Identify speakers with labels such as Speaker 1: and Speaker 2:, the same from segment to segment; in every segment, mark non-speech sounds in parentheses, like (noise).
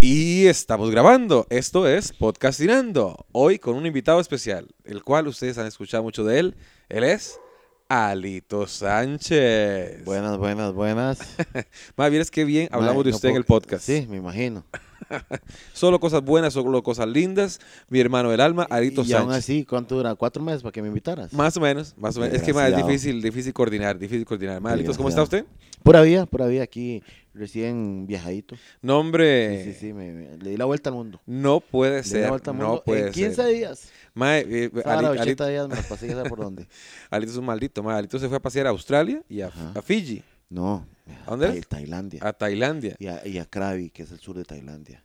Speaker 1: Y estamos grabando. Esto es Podcastinando. Hoy con un invitado especial, el cual ustedes han escuchado mucho de él. Él es Alito Sánchez.
Speaker 2: Buenas, buenas, buenas.
Speaker 1: Más bien es que bien (laughs) hablamos
Speaker 2: Mae,
Speaker 1: de
Speaker 2: no
Speaker 1: usted en
Speaker 2: puedo-
Speaker 1: el podcast.
Speaker 2: Sí, me imagino.
Speaker 1: Solo cosas buenas, solo cosas lindas. Mi hermano del alma, Alito
Speaker 2: y aún
Speaker 1: Sánchez.
Speaker 2: así, ¿cuánto dura? ¿Cuatro meses para que me invitaras?
Speaker 1: Más o menos, más o menos. Es que mae, es
Speaker 2: Desgraciado.
Speaker 1: difícil, difícil coordinar, difícil coordinar. Mae, Alitos, ¿cómo está usted?
Speaker 2: Pura vida, pura vida aquí, recién viajadito.
Speaker 1: Nombre.
Speaker 2: Sí, sí, sí, me- me- le di la vuelta al mundo.
Speaker 1: No Eh. puede
Speaker 2: Le di la
Speaker 1: ser.
Speaker 2: vuelta al mundo Eh,
Speaker 1: No puede
Speaker 2: en 15
Speaker 1: ser.
Speaker 2: días.
Speaker 1: Mae, eh, Ali-
Speaker 2: Ahora
Speaker 1: Ali-
Speaker 2: 80 días me las pasé, ya sabe por
Speaker 1: (laughs)
Speaker 2: dónde.
Speaker 1: Alito es un maldito. mae. Alito se fue a pasear a Australia y a,
Speaker 2: Ajá.
Speaker 1: a Fiji,
Speaker 2: No.
Speaker 1: ¿A dónde Ah.
Speaker 2: Tai-
Speaker 1: es?
Speaker 2: Tailandia.
Speaker 1: a Tailandia.
Speaker 2: Y a, y a Krabi, que es el sur de Tailandia.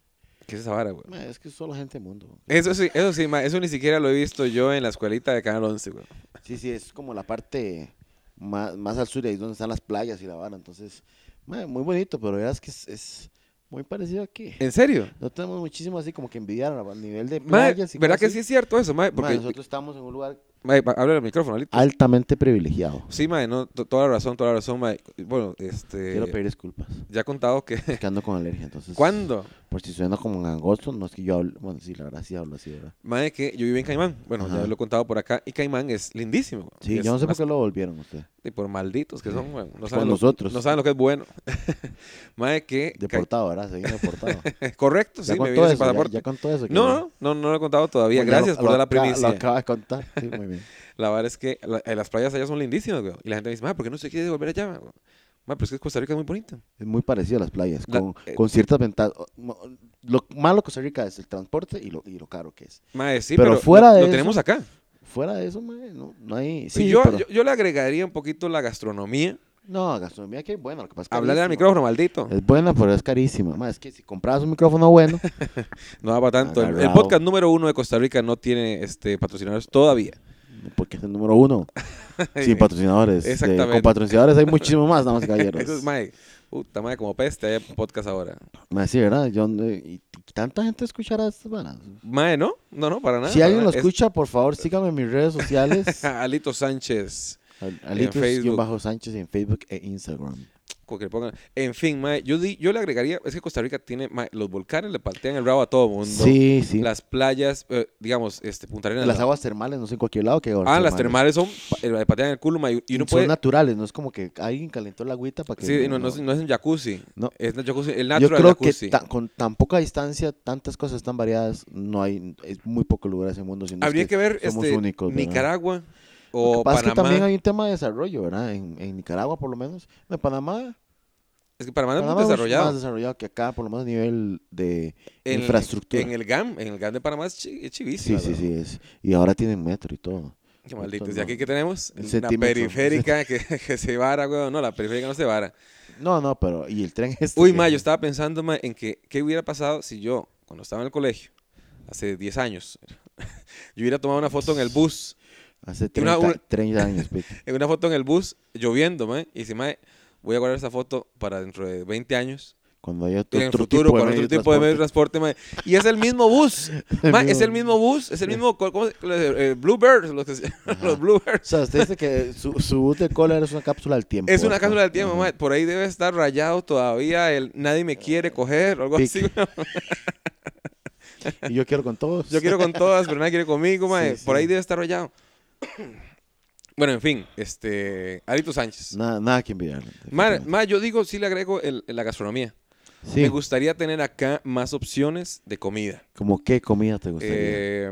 Speaker 1: ¿Qué es esa vara, güey?
Speaker 2: Mae, es que solo gente del mundo.
Speaker 1: Eso sí, eso sí, mae, eso ni siquiera lo he visto yo en la escuelita de Canal 11, güey.
Speaker 2: Sí, sí, es como la parte más, más al sur, y ahí es donde están las playas y la vara. Entonces, mae, muy bonito, pero verás que es, es muy parecido aquí.
Speaker 1: ¿En serio?
Speaker 2: No tenemos muchísimo así como que envidiar a nivel de
Speaker 1: Mae,
Speaker 2: playas. y
Speaker 1: ¿Verdad
Speaker 2: cosas
Speaker 1: que sí
Speaker 2: así.
Speaker 1: es cierto eso, mae?
Speaker 2: Mae,
Speaker 1: Porque,
Speaker 2: nosotros estamos en un lugar
Speaker 1: mae, pa- habla al micrófono, Alito.
Speaker 2: altamente privilegiado.
Speaker 1: Sí, mae, no, to- toda la razón, toda la razón, mae. Bueno, este...
Speaker 2: Quiero pedir Pues disculpas.
Speaker 1: Ya he contado que...
Speaker 2: Es que ando con alergia,
Speaker 1: (laughs)
Speaker 2: entonces.
Speaker 1: ¿Cuándo?
Speaker 2: Por si suena como en agosto, no es que yo hable. Bueno, sí, la verdad sí hablo así, ¿verdad?
Speaker 1: Mae, que yo viví en Caimán. Bueno, ya
Speaker 2: Ajá.
Speaker 1: lo he contado por acá. Y Caimán es lindísimo. güey.
Speaker 2: Sí,
Speaker 1: Es
Speaker 2: yo no sé
Speaker 1: una
Speaker 2: por qué lo volvieron usted.
Speaker 1: Y por malditos que
Speaker 2: Sí.
Speaker 1: son, weón. No
Speaker 2: Como
Speaker 1: saben lo-
Speaker 2: nosotros.
Speaker 1: no saben lo que es bueno. (laughs) Mae, que. ca-
Speaker 2: Deportado, ¿verdad? Se vino deportado.
Speaker 1: (laughs) Correcto, (laughs) sí,
Speaker 2: Ya
Speaker 1: me
Speaker 2: con
Speaker 1: vi
Speaker 2: todo
Speaker 1: ese
Speaker 2: eso, ya-
Speaker 1: pasaporte.
Speaker 2: ya con todo eso. que-
Speaker 1: no, no, no, no lo he contado todavía.
Speaker 2: Bueno, ya
Speaker 1: Gracias
Speaker 2: lo-
Speaker 1: por dar
Speaker 2: lo
Speaker 1: la
Speaker 2: acaba-
Speaker 1: primicia.
Speaker 2: Lo acaba de contar. Sí, muy bien.
Speaker 1: La verdad es que la- eh, las playas allá son lindísimas, weón. Y la gente me dice, mae, ¿por qué no se quiere volver allá, weón? Mae, pero es que Costa Rica es muy bonito.
Speaker 2: Es muy parecido a las playas,
Speaker 1: La-
Speaker 2: con,
Speaker 1: eh,
Speaker 2: con ciertas ventajas. Lo malo de Costa Rica es el transporte y lo, y lo caro que es.
Speaker 1: Mae, sí, pero,
Speaker 2: Pero fuera
Speaker 1: lo,
Speaker 2: de
Speaker 1: lo
Speaker 2: eso-
Speaker 1: tenemos acá.
Speaker 2: Fuera de eso, mae, no, no hay. Sí,
Speaker 1: yo,
Speaker 2: pero-
Speaker 1: yo, yo le agregaría un poquito la gastronomía.
Speaker 2: No, gastronomía que es buena. Lo que pasa es
Speaker 1: Hablarle al
Speaker 2: carísima.
Speaker 1: micrófono, maldito.
Speaker 2: Es buena, pero es carísima. Ma, es que si compras un
Speaker 1: (laughs)
Speaker 2: micrófono bueno,
Speaker 1: No va para tanto. El, el
Speaker 2: agarrado.
Speaker 1: podcast número uno de Costa Rica no tiene este patrocinadores todavía.
Speaker 2: porque es el
Speaker 1: (laughs)
Speaker 2: número uno. Sin patrocinadores. Eh,
Speaker 1: Exactamente.
Speaker 2: con patrocinadores hay muchísimo más,
Speaker 1: (laughs)
Speaker 2: nada más
Speaker 1: Eso es,
Speaker 2: caballeros.
Speaker 1: mae. Puta madre, como peste, hay podcast ahora.
Speaker 2: Ma, sí, ¿verdad? Yo, no- y, y tanta gente escuchará estas varas.
Speaker 1: Mae, ¿no? No, no, para nada.
Speaker 2: si
Speaker 1: para
Speaker 2: alguien lo
Speaker 1: nada. Es
Speaker 2: escucha, por favor, síganme en mis
Speaker 1: (laughs)
Speaker 2: redes sociales.
Speaker 1: Alito Sánchez.
Speaker 2: Al- Alitos
Speaker 1: Facebook.
Speaker 2: y bajo Sánchez en Facebook e Instagram.
Speaker 1: como que le pongan- En fin, mae, yo, di- yo le agregaría, es que Costa Rica tiene, mae, los volcanes le paltean el rabo a todo mundo.
Speaker 2: Sí, sí. Las,
Speaker 1: Las playas, eh, digamos, este, Punta Arenas. no.
Speaker 2: aguas termales, no sé en cualquier lado que hay aguas
Speaker 1: Ah, las termales son, pa- eh, le patean el culo, mae, y uno
Speaker 2: Son
Speaker 1: puede...
Speaker 2: naturales, no es como que alguien calentó la agüita para que.
Speaker 1: Sí, no, no es, no es un jacuzzi.
Speaker 2: No.
Speaker 1: Es un jacuzzi, el
Speaker 2: Yo
Speaker 1: natural
Speaker 2: creo que
Speaker 1: jacuzzi.
Speaker 2: ta- con tan poca distancia, tantas cosas tan variadas, no hay, es muy poco lugar en el mundo. si no es
Speaker 1: Habría que ver
Speaker 2: somos
Speaker 1: este,
Speaker 2: únicos, ¿verdad?
Speaker 1: Nicaragua
Speaker 2: Lo que
Speaker 1: o
Speaker 2: pasa es que también
Speaker 1: Panamá.
Speaker 2: hay un tema de desarrollo, ¿verdad? En, en Nicaragua, por lo menos. En Panamá,
Speaker 1: Es que Panamá es
Speaker 2: Panamá
Speaker 1: muy desarrollado.
Speaker 2: más desarrollado que acá, por lo menos a nivel de
Speaker 1: en,
Speaker 2: infraestructura.
Speaker 1: En el GAM, en el GAM de Panamá es, chi- es
Speaker 2: sí,
Speaker 1: chivísimo.
Speaker 2: sí, sí. Es. Y ahora tienen metro y todo.
Speaker 1: Qué malditos.
Speaker 2: Entonces,
Speaker 1: ¿Y
Speaker 2: no.
Speaker 1: aquí qué tenemos?
Speaker 2: El
Speaker 1: La
Speaker 2: centímetro.
Speaker 1: periférica que, (laughs) que se vara, weón. No, la periférica no se vara.
Speaker 2: No, no, pero. Y el tren este.
Speaker 1: Uy,
Speaker 2: que-
Speaker 1: ma, yo estaba pensando ma, en que, qué hubiera pasado si yo, cuando estaba en el colegio, hace 10 años, (laughs) yo hubiera tomado una foto en el bus,
Speaker 2: Hace
Speaker 1: Y una-
Speaker 2: 30,
Speaker 1: una-
Speaker 2: 30 años, Pete.
Speaker 1: eh, una foto en el bus lloviendo, ma, y si ma, voy a guardar esa foto para dentro de 20 años,
Speaker 2: Cuando hay otro,
Speaker 1: en el
Speaker 2: otro
Speaker 1: futuro,
Speaker 2: tipo de
Speaker 1: con
Speaker 2: medio
Speaker 1: otro tipo de medio de
Speaker 2: transporte.
Speaker 1: transporte, ma, y es el mismo
Speaker 2: (laughs)
Speaker 1: bus, ma, es el mismo bus, es el mismo, co- ¿cómo se eh, Bluebirds, los, que se- (laughs) los Bluebirds.
Speaker 2: O sea, usted dice que su, su bus de cola es una cápsula del tiempo.
Speaker 1: Es una
Speaker 2: ¿verdad?
Speaker 1: cápsula del tiempo,
Speaker 2: Ajá. Eh,
Speaker 1: ma, por ahí debe estar rayado todavía el nadie me quiere coger o algo
Speaker 2: Pic.
Speaker 1: así. ma.
Speaker 2: Y yo quiero con todos.
Speaker 1: Yo quiero con todas, pero nadie quiere conmigo, mae.
Speaker 2: Sí,
Speaker 1: Por ahí
Speaker 2: sí.
Speaker 1: debe estar rayado. (clears throat) Bueno, en fin, este. Alito Sánchez.
Speaker 2: Nada, nada que envidiar.
Speaker 1: Mae, mae, yo digo, sí le agrego el- la gastronomía.
Speaker 2: Sí.
Speaker 1: Me gustaría tener acá más opciones de comida.
Speaker 2: ¿Cómo qué comida te gustaría?
Speaker 1: Eh,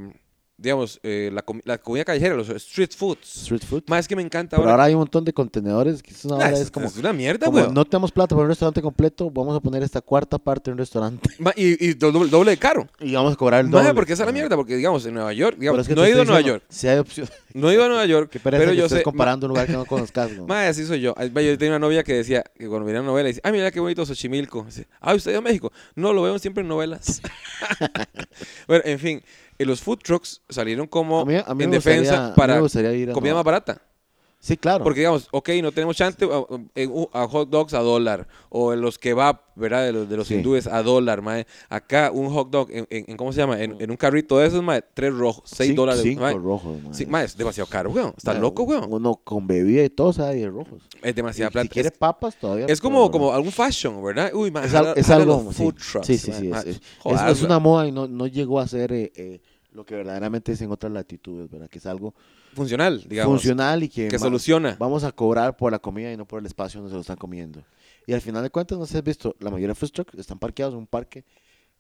Speaker 1: digamos, eh, la, comi- la comida callejera, los street foods.
Speaker 2: Street food.
Speaker 1: Más que me encanta
Speaker 2: Pero ahora hay un montón de contenedores que eso
Speaker 1: Nah,
Speaker 2: ahora
Speaker 1: es,
Speaker 2: es como,
Speaker 1: es una mierda,
Speaker 2: como
Speaker 1: weón.
Speaker 2: no tenemos plata para un restaurante completo, vamos a poner esta cuarta parte en un restaurante (laughs)
Speaker 1: Ma, y y doble, doble de caro.
Speaker 2: y vamos a cobrar el doble.
Speaker 1: Mae, porque esa es la
Speaker 2: Ajá.
Speaker 1: mierda. Porque, digamos, en Nueva York,
Speaker 2: Pero
Speaker 1: digamos,
Speaker 2: es que
Speaker 1: no
Speaker 2: te
Speaker 1: he ido a
Speaker 2: estoy
Speaker 1: Nueva
Speaker 2: diciendo,
Speaker 1: York.
Speaker 2: Si hay opción. (laughs)
Speaker 1: No he ido a Nueva York.
Speaker 2: Qué pereza
Speaker 1: Pero
Speaker 2: que
Speaker 1: yo
Speaker 2: estés
Speaker 1: sé. ma-
Speaker 2: comparando un lugar que no
Speaker 1: (laughs)
Speaker 2: conozcas. ¿no?
Speaker 1: Mae, así soy yo. Ay, mae, Yo tenía una novia que decía, que cuando veía una novela, dice, ah, mira qué bonito Xochimilco. Dice, ah, ¿usted es de México? No, lo vemos siempre en novelas. (laughs) bueno, en fin, eh, los food trucks salieron como
Speaker 2: A mí- a mí
Speaker 1: en
Speaker 2: me gustaría- a
Speaker 1: defensa
Speaker 2: mí
Speaker 1: para
Speaker 2: me gustaría ir a
Speaker 1: comida
Speaker 2: Nueva-
Speaker 1: más barata.
Speaker 2: Sí, claro.
Speaker 1: Porque digamos, ok, no tenemos chance a, a- a hot dogs a dólar o en los kebab, ¿verdad? De los, de los
Speaker 2: Sí.
Speaker 1: hindúes a dólar, mae. Acá un hot dog, en, en- en- ¿cómo se llama? En, en un carrito de esos, mae, tres rojos, seis
Speaker 2: Cinco-
Speaker 1: dólares.
Speaker 2: cinco
Speaker 1: mae.
Speaker 2: rojos, mae.
Speaker 1: Sí, mae, es demasiado caro, weón. Está
Speaker 2: Mae,
Speaker 1: loco, weón.
Speaker 2: Uno con bebida y todo sabe de rojos.
Speaker 1: Es demasiada
Speaker 2: Y
Speaker 1: plata.
Speaker 2: Si quiere
Speaker 1: es,
Speaker 2: papas todavía.
Speaker 1: es como,
Speaker 2: peor,
Speaker 1: como
Speaker 2: ¿verdad?
Speaker 1: algún fashion, ¿verdad? Uy, mae,
Speaker 2: Es, al-
Speaker 1: jala-
Speaker 2: es
Speaker 1: jala
Speaker 2: algo.
Speaker 1: los
Speaker 2: sí.
Speaker 1: food trucks,
Speaker 2: sí, sí,
Speaker 1: mae.
Speaker 2: sí,
Speaker 1: Mae,
Speaker 2: es, es-
Speaker 1: jodas,
Speaker 2: es- es
Speaker 1: mae.
Speaker 2: una moda y no, no llegó a ser eh, eh, lo que verdaderamente es en otras latitudes, ¿verdad? Que es algo
Speaker 1: funcional, digamos.
Speaker 2: funcional y que,
Speaker 1: que
Speaker 2: ma-
Speaker 1: soluciona.
Speaker 2: vamos a cobrar por la comida y no por el espacio donde se lo están comiendo. Y al final de cuentas, no sé si has visto, la mayoría de food trucks están parqueados en un parque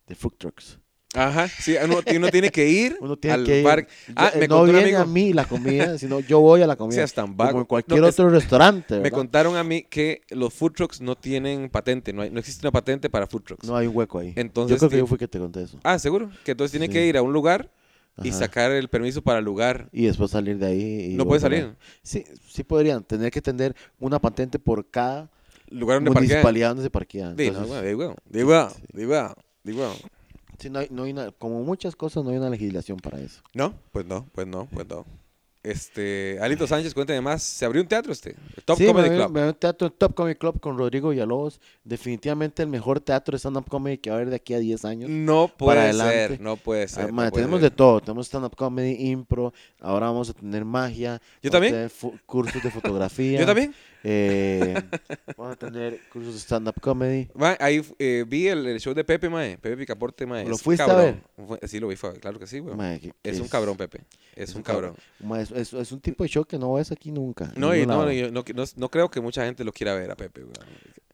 Speaker 2: de food trucks.
Speaker 1: Ajá, sí, uno, uno tiene que ir
Speaker 2: (laughs) Uno tiene
Speaker 1: al
Speaker 2: que ir.
Speaker 1: parque. Ah,
Speaker 2: Yo- eh,
Speaker 1: me
Speaker 2: no
Speaker 1: contó un
Speaker 2: viene
Speaker 1: amigo.
Speaker 2: a mí la comida, (laughs) sino yo voy a la comida.
Speaker 1: Seas tan vago.
Speaker 2: como en cualquier
Speaker 1: No, es-
Speaker 2: otro restaurante.
Speaker 1: Me
Speaker 2: ¿verdad?
Speaker 1: contaron a mí que los food trucks no tienen patente, no, hay- no existe una patente para food trucks.
Speaker 2: No hay un hueco ahí.
Speaker 1: Entonces,
Speaker 2: yo creo
Speaker 1: ti-
Speaker 2: que yo fui que te conté eso.
Speaker 1: Ah, seguro. Que entonces tiene
Speaker 2: Sí.
Speaker 1: que ir a un lugar y
Speaker 2: Ajá.
Speaker 1: sacar el permiso para el lugar.
Speaker 2: Y después salir de ahí. y
Speaker 1: No puede
Speaker 2: volver a-
Speaker 1: salir.
Speaker 2: Sí, sí podrían. Tener que tener una patente por cada
Speaker 1: Lugar donde
Speaker 2: municipalidad
Speaker 1: parquean.
Speaker 2: donde se parquean.
Speaker 1: Di, no,
Speaker 2: Entonces,
Speaker 1: güey, di, güey, di, güey,
Speaker 2: Sí.
Speaker 1: di, güey, di, güey.
Speaker 2: sí, no hay- no hay una- como muchas cosas, no hay una legislación para eso.
Speaker 1: No, pues no, pues no, pues no. Este, Alito Sánchez, cuéntame más. ¿Se abrió un teatro este? El Top
Speaker 2: Sí,
Speaker 1: Comedy
Speaker 2: me,
Speaker 1: Club.
Speaker 2: Me, un teatro en Top Comedy Club con Rodrigo Villalobos. Definitivamente el mejor teatro de stand-up comedy que va a haber de aquí a 10 años.
Speaker 1: No puede
Speaker 2: adelante.
Speaker 1: ser, no puede ser.
Speaker 2: Ah,
Speaker 1: no
Speaker 2: madre,
Speaker 1: puede
Speaker 2: tenemos
Speaker 1: ser.
Speaker 2: de todo, tenemos stand-up comedy, impro, ahora vamos a tener magia.
Speaker 1: Yo
Speaker 2: vamos a
Speaker 1: también.
Speaker 2: tener fu- cursos de fotografía.
Speaker 1: (laughs) Yo también.
Speaker 2: eh, vamos a tener cursos de stand-up comedy.
Speaker 1: Ma, ahí eh, vi el, el show de Pepe, mae. Pepe Picaporte, mae.
Speaker 2: ¿Lo
Speaker 1: es un
Speaker 2: fuiste a
Speaker 1: cabrón. Fue- Sí, lo vi, fue- claro que sí, güey.
Speaker 2: Madre, que- que
Speaker 1: Es un cabrón, Pepe. Es, un cabrón.
Speaker 2: Ma, es, es- es un tipo de show que no ves aquí nunca. en
Speaker 1: No, y
Speaker 2: ningún
Speaker 1: no,
Speaker 2: lado.
Speaker 1: yo no, no- no creo que mucha gente lo quiera ver a Pepe, güey.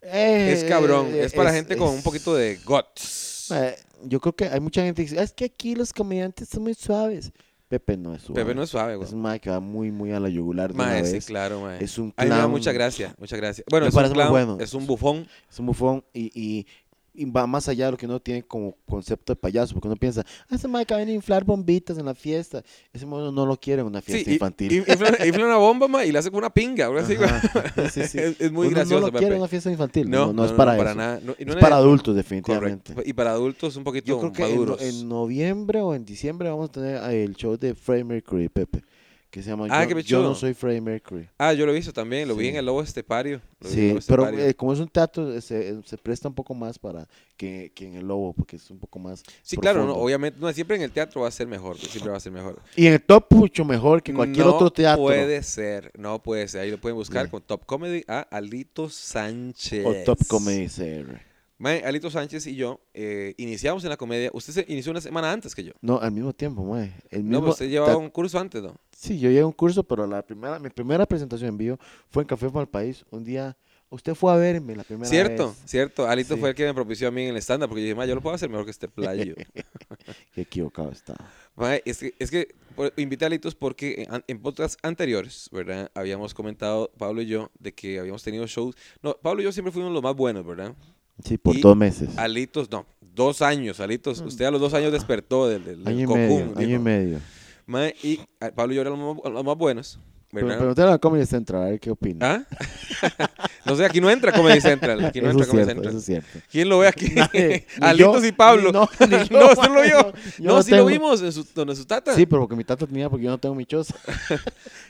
Speaker 2: Eh,
Speaker 1: Es cabrón. Es para
Speaker 2: es-
Speaker 1: gente con un
Speaker 2: es-
Speaker 1: poquito de guts.
Speaker 2: ma, yo creo que hay mucha gente que dice, es que aquí los comediantes son muy suaves. Pepe no es suave.
Speaker 1: Pepe no es suave, güey.
Speaker 2: Es un mae que va muy, muy a la yugular de una
Speaker 1: Mae, sí,
Speaker 2: vez.
Speaker 1: claro, mae.
Speaker 2: Es un
Speaker 1: Ay, me da
Speaker 2: clown.
Speaker 1: mucha gracia, muchas gracias. Bueno,
Speaker 2: Me
Speaker 1: es un
Speaker 2: parece muy
Speaker 1: clown,
Speaker 2: bueno.
Speaker 1: es un bufón.
Speaker 2: Es un bufón y, y- y va más allá de lo que uno tiene como concepto de payaso, porque uno piensa, ah, ese mae que va a venir a inflar bombitas en la fiesta. Ese mono no lo quiere en una fiesta
Speaker 1: y-
Speaker 2: infantil.
Speaker 1: y- infla, infla una bomba, mae, y le hace como una pinga, algo así, (laughs) güey.
Speaker 2: Ajá, sí, sí, sí.
Speaker 1: Es, es muy
Speaker 2: Uno
Speaker 1: gracioso,
Speaker 2: No lo quiere
Speaker 1: Pepe.
Speaker 2: en una fiesta infantil. No,
Speaker 1: No,
Speaker 2: no, es para eso.
Speaker 1: nada. No, y no
Speaker 2: es
Speaker 1: es-
Speaker 2: para adultos, definitivamente.
Speaker 1: Correcto. Y para adultos un poquito
Speaker 2: Yo creo que en, no-
Speaker 1: maduros.
Speaker 2: en noviembre o en diciembre vamos a tener eh, el show de Freddie Mercury, Pepe, que se llama
Speaker 1: Ah,
Speaker 2: yo,
Speaker 1: qué
Speaker 2: Yo no
Speaker 1: pichudo.
Speaker 2: soy Freddie Mercury.
Speaker 1: Ah, yo lo he visto también, lo vi
Speaker 2: Sí.
Speaker 1: en el Lobo Estepario. Lo vi en el
Speaker 2: Sí,
Speaker 1: Lobo
Speaker 2: pero
Speaker 1: Estepario.
Speaker 2: eh, como es un teatro, eh, se, eh, se presta un poco más para que, que en el lobo, porque es un poco más.
Speaker 1: sí, claro, no,
Speaker 2: profundo.
Speaker 1: obviamente, no, siempre en el teatro va a ser mejor, siempre va a ser mejor.
Speaker 2: Y en el top, mucho mejor que cualquier
Speaker 1: No
Speaker 2: otro teatro.
Speaker 1: puede ser, no puede ser. Ahí lo pueden buscar
Speaker 2: Sí.
Speaker 1: con Top Comedy a Alito Sánchez.
Speaker 2: O Top eh, Comedy CR.
Speaker 1: Mae, Alito Sánchez y yo eh, iniciamos en la comedia. Usted se inició una semana antes que yo.
Speaker 2: No, al mismo tiempo, mae.
Speaker 1: No,
Speaker 2: El mismo,
Speaker 1: pero usted llevaba
Speaker 2: ta-
Speaker 1: un curso antes, ¿no?
Speaker 2: Sí, yo llegué a un curso, pero la primera, mi primera presentación en vivo fue en Café Malpaís. Un día, usted fue a verme la primera
Speaker 1: Cierto,
Speaker 2: vez.
Speaker 1: cierto. Alito
Speaker 2: Sí.
Speaker 1: fue el que me propició a mí en el estándar porque yo dije, "Mae, yo lo puedo hacer mejor que este
Speaker 2: (laughs)
Speaker 1: playo.
Speaker 2: Qué equivocado está.
Speaker 1: Mae, es que, es que por- invité a Alitos porque en, en podcasts anteriores, ¿verdad? Habíamos comentado, Pablo y yo, de que habíamos tenido shows. No, Pablo y yo siempre fuimos los más buenos, ¿verdad?
Speaker 2: Sí, por
Speaker 1: Y
Speaker 2: dos meses.
Speaker 1: Alitos, no, dos años, Alitos. Usted a los dos años despertó del, del, del
Speaker 2: Mm. año y medio,
Speaker 1: cocoon,
Speaker 2: año y
Speaker 1: dijo.
Speaker 2: medio.
Speaker 1: Mae, y ah, Pablo y yo éramos los más- los más buenos,
Speaker 2: Pero
Speaker 1: ¿verdad?
Speaker 2: pregúntale a la Comedy Central, a ver qué opina.
Speaker 1: ¿Ah? (laughs) no sé, aquí no entra Comedy Central. Aquí no
Speaker 2: eso,
Speaker 1: entra
Speaker 2: es
Speaker 1: Comedy
Speaker 2: cierto,
Speaker 1: Central.
Speaker 2: eso es cierto,
Speaker 1: (laughs) ¿Quién lo ve aquí? (laughs)
Speaker 2: Nadie, (laughs) ni
Speaker 1: Alitos
Speaker 2: yo,
Speaker 1: y Pablo. (laughs)
Speaker 2: ni- no, ni yo,
Speaker 1: No, usted lo vio.
Speaker 2: mano, yo
Speaker 1: No,
Speaker 2: no
Speaker 1: sí lo
Speaker 2: tengo-
Speaker 1: vimos en su, donde su tata.
Speaker 2: Sí, pero porque mi tata tenía, porque yo no tengo mi choza.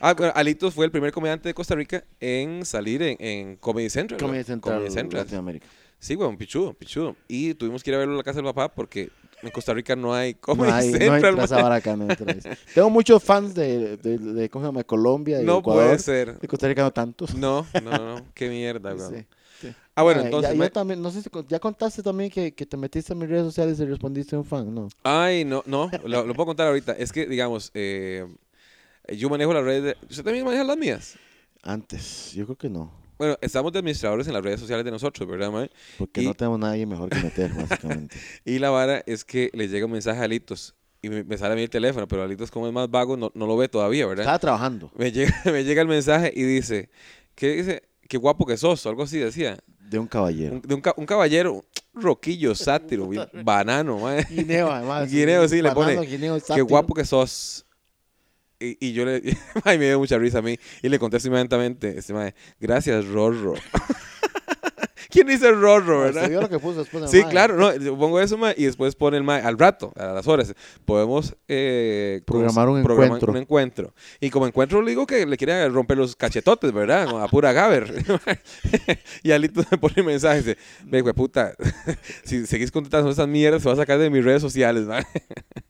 Speaker 1: Ah, bueno, Alitos fue el primer comediante de Costa Rica en salir en, en Comedy Central. güey.
Speaker 2: Comedy Central,
Speaker 1: Comedy Central.
Speaker 2: Latinoamérica.
Speaker 1: Sí, güey, un pichudo, pichudo. Y tuvimos que ir a verlo a la casa del papá porque en Costa Rica no hay
Speaker 2: No
Speaker 1: Comedy
Speaker 2: hay, no hay
Speaker 1: Central.
Speaker 2: Plaza
Speaker 1: man.
Speaker 2: Baraca, no hay Plaza Baraca. Tengo muchos fans de, de, de- ¿cómo se llama? Colombia y
Speaker 1: No
Speaker 2: Ecuador.
Speaker 1: puede ser.
Speaker 2: De Costa Rica no tantos.
Speaker 1: No, no, no, no. Qué mierda, güey.
Speaker 2: (laughs) Sí, sí.
Speaker 1: Ah, bueno,
Speaker 2: Ah, ya-
Speaker 1: entonces.
Speaker 2: ya,
Speaker 1: ma-
Speaker 2: también, no sé si con- ya contaste también que, que te metiste en mis redes sociales y respondiste a un fan, ¿no?
Speaker 1: Ay, no, no. Lo, lo puedo contar ahorita. Es que, digamos, eh, yo manejo las redes. de- ¿Usted también maneja las mías?
Speaker 2: Antes, yo creo que no.
Speaker 1: Bueno, estamos de administradores en las redes sociales de nosotros, ¿verdad, mae?
Speaker 2: Porque
Speaker 1: Y-
Speaker 2: no tenemos nadie mejor que meter, básicamente.
Speaker 1: (laughs) Y la vara es que le llega un mensaje a Alitos y me, me sale a mí el teléfono, pero Alitos, como es más vago, no, no lo ve todavía, ¿verdad?
Speaker 2: Estaba trabajando
Speaker 1: Me llega, (laughs) me llega el mensaje y dice, ¿qué dice? Qué guapo que sos, o algo así decía.
Speaker 2: de un caballero.
Speaker 1: Un, de un, ca- un caballero, roquillo, sátiro, bien banano, mae.
Speaker 2: Guineo, además.
Speaker 1: (laughs) Guineo, sí, le pone,
Speaker 2: Banano, guineo,
Speaker 1: Qué
Speaker 2: sátiro.
Speaker 1: guapo que sos. Y, y yo le... (laughs) Ay, me dio mucha risa a mí. Y le contesto inmediatamente, este mae, gracias, Rorro. (laughs) ¿Quién dice Rorro,
Speaker 2: Se
Speaker 1: verdad?
Speaker 2: vio lo que puso después. el
Speaker 1: Sí,
Speaker 2: mae.
Speaker 1: claro, no, yo pongo eso mae, y después pone el mae al rato, a las horas. Podemos eh,
Speaker 2: Programar un encuentro.
Speaker 1: un encuentro. Y como encuentro le digo que le quiere romper los cachetotes, ¿verdad? Como A pura gaber. (laughs) y Alito me pone mensajes dice, ve, güey, puta, (laughs) si seguís contestando esas mierdas, se va a sacar de mis redes sociales, mae".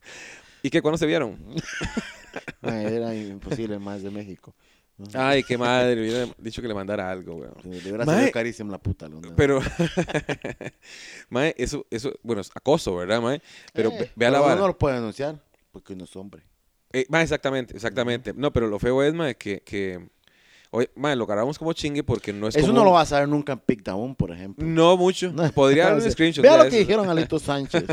Speaker 1: (laughs) ¿Y qué? ¿Cuándo se vieron?
Speaker 2: Mae, era imposible más de México. ¿no?
Speaker 1: Ay, qué madre, le hubiera dicho que le mandara algo, güey.
Speaker 2: Le hubiera
Speaker 1: Mae.
Speaker 2: salido carísimo la puta. la onda.
Speaker 1: Pero, (laughs) mae, eso, eso, bueno, es acoso, ¿verdad, mae? Pero
Speaker 2: Eh,
Speaker 1: ve- vea la
Speaker 2: pero
Speaker 1: vara.
Speaker 2: uno no lo puede denunciar porque no es hombre.
Speaker 1: Eh, mae, exactamente, exactamente. No, pero lo feo es, mae, que, que oye, mae, lo grabamos como chingue porque no es
Speaker 2: Eso
Speaker 1: como...
Speaker 2: no lo vas a ver nunca en Pick Down, por ejemplo.
Speaker 1: No mucho. (laughs)
Speaker 2: (laughs)
Speaker 1: Podría dar
Speaker 2: O
Speaker 1: un
Speaker 2: sea,
Speaker 1: screenshot
Speaker 2: Vea
Speaker 1: de
Speaker 2: lo que
Speaker 1: eso.
Speaker 2: dijeron
Speaker 1: (laughs)
Speaker 2: Alito Sánchez.